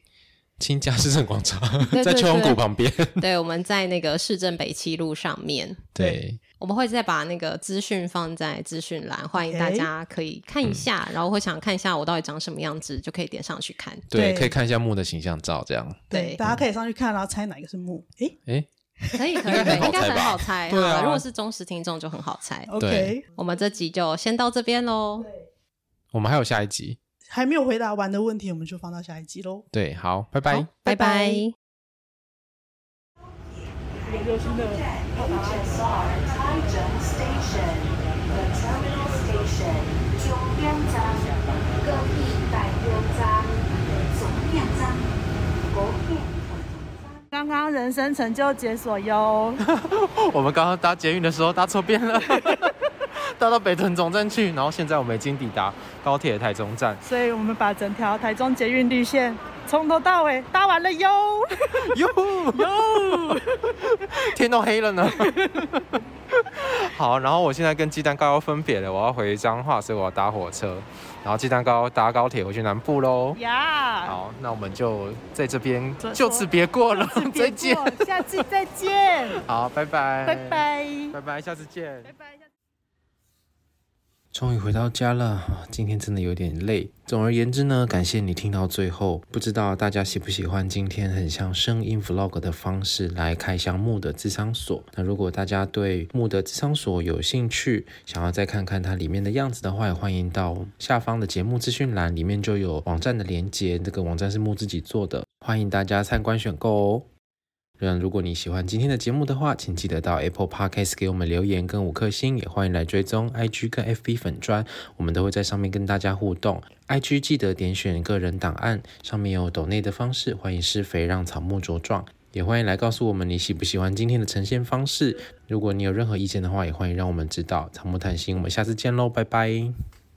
Speaker 6: 新家市政广场，
Speaker 4: 对
Speaker 6: 在
Speaker 4: 对
Speaker 6: 秋红谷
Speaker 4: 对
Speaker 6: 旁边。
Speaker 4: 对，我们在那个市政北七路上面，
Speaker 6: 对，
Speaker 4: 我们会再把那个资讯放在资讯栏，欢迎大
Speaker 1: OK
Speaker 4: 家可以看一下，然后会想看一下我到底长什么样子，就可以点上去看。
Speaker 6: 对，
Speaker 1: 对
Speaker 6: 可以看一下木的形象照，这样。
Speaker 4: 对
Speaker 1: 大家可以上去看，然后猜哪个是木。诶
Speaker 6: 诶，
Speaker 4: 可 以可以，
Speaker 6: 应该很
Speaker 4: 对
Speaker 6: 好
Speaker 4: 应该
Speaker 6: 猜
Speaker 4: 很
Speaker 6: 吧
Speaker 4: 好猜。
Speaker 6: 对啊
Speaker 4: 如果是忠实听众就很好猜。
Speaker 1: o
Speaker 6: 对
Speaker 1: k
Speaker 4: 我们这集就先到这边喽。
Speaker 6: 我们还有下一集。
Speaker 1: 还没有回答完的问题，我们就放到下一集喽。
Speaker 6: 对，好，拜拜。
Speaker 4: 好，
Speaker 1: 拜拜
Speaker 4: 拜拜。
Speaker 7: HSR Taichung Station, the terminal station, 中央站各地百多站，总面站，国电。
Speaker 1: 刚刚人生成就解锁哟，
Speaker 2: 我们刚刚搭捷运的时候搭错边 了，搭到北屯总站去，然后现在我们已经抵达高铁台中 站，
Speaker 1: 所以我们把整条台中捷运绿线从头到尾搭完了哟。
Speaker 2: 哟哟， 天都黑了呢。好，然后我现在跟鸡蛋糕要分别了，我要回彰化，所以我要搭火车，然后鸡蛋糕搭高铁回去南部喽。
Speaker 1: 呀、
Speaker 2: 好，那我们就在这边
Speaker 1: 这
Speaker 2: 就此别过了，再见。
Speaker 1: 下次再见，
Speaker 2: 好，拜 拜，
Speaker 1: 拜，拜。
Speaker 2: 拜拜，下次见。
Speaker 6: 终于回到家了，啊今天真的有点累。总而言之呢，感谢你听到最后。不知道大家喜不喜欢今天很像声音 vlog 的方式来开箱木的智商所？那如果大家对木的智商所有兴趣，想要再看看它里面的样子的话，也欢迎到下方的节目资讯栏，里面就有网站的连接。这个网站是木自己做的，欢迎大家参观选购哦。那如果你喜欢今天的节目的话，请记得到 Apple Podcast 给我们留言跟五颗星，也欢迎来追踪 IG 跟 FB 粉砖，我们都会在上面跟大家互动。IG 记得点选个人档案，上面有抖内的方式，欢迎施肥让草木茁壮。也欢迎来告诉我们你喜不喜欢今天的呈现方式。如果你有任何意见的话，也欢迎让我们知道。草木谈心，我们下次见喽，拜拜。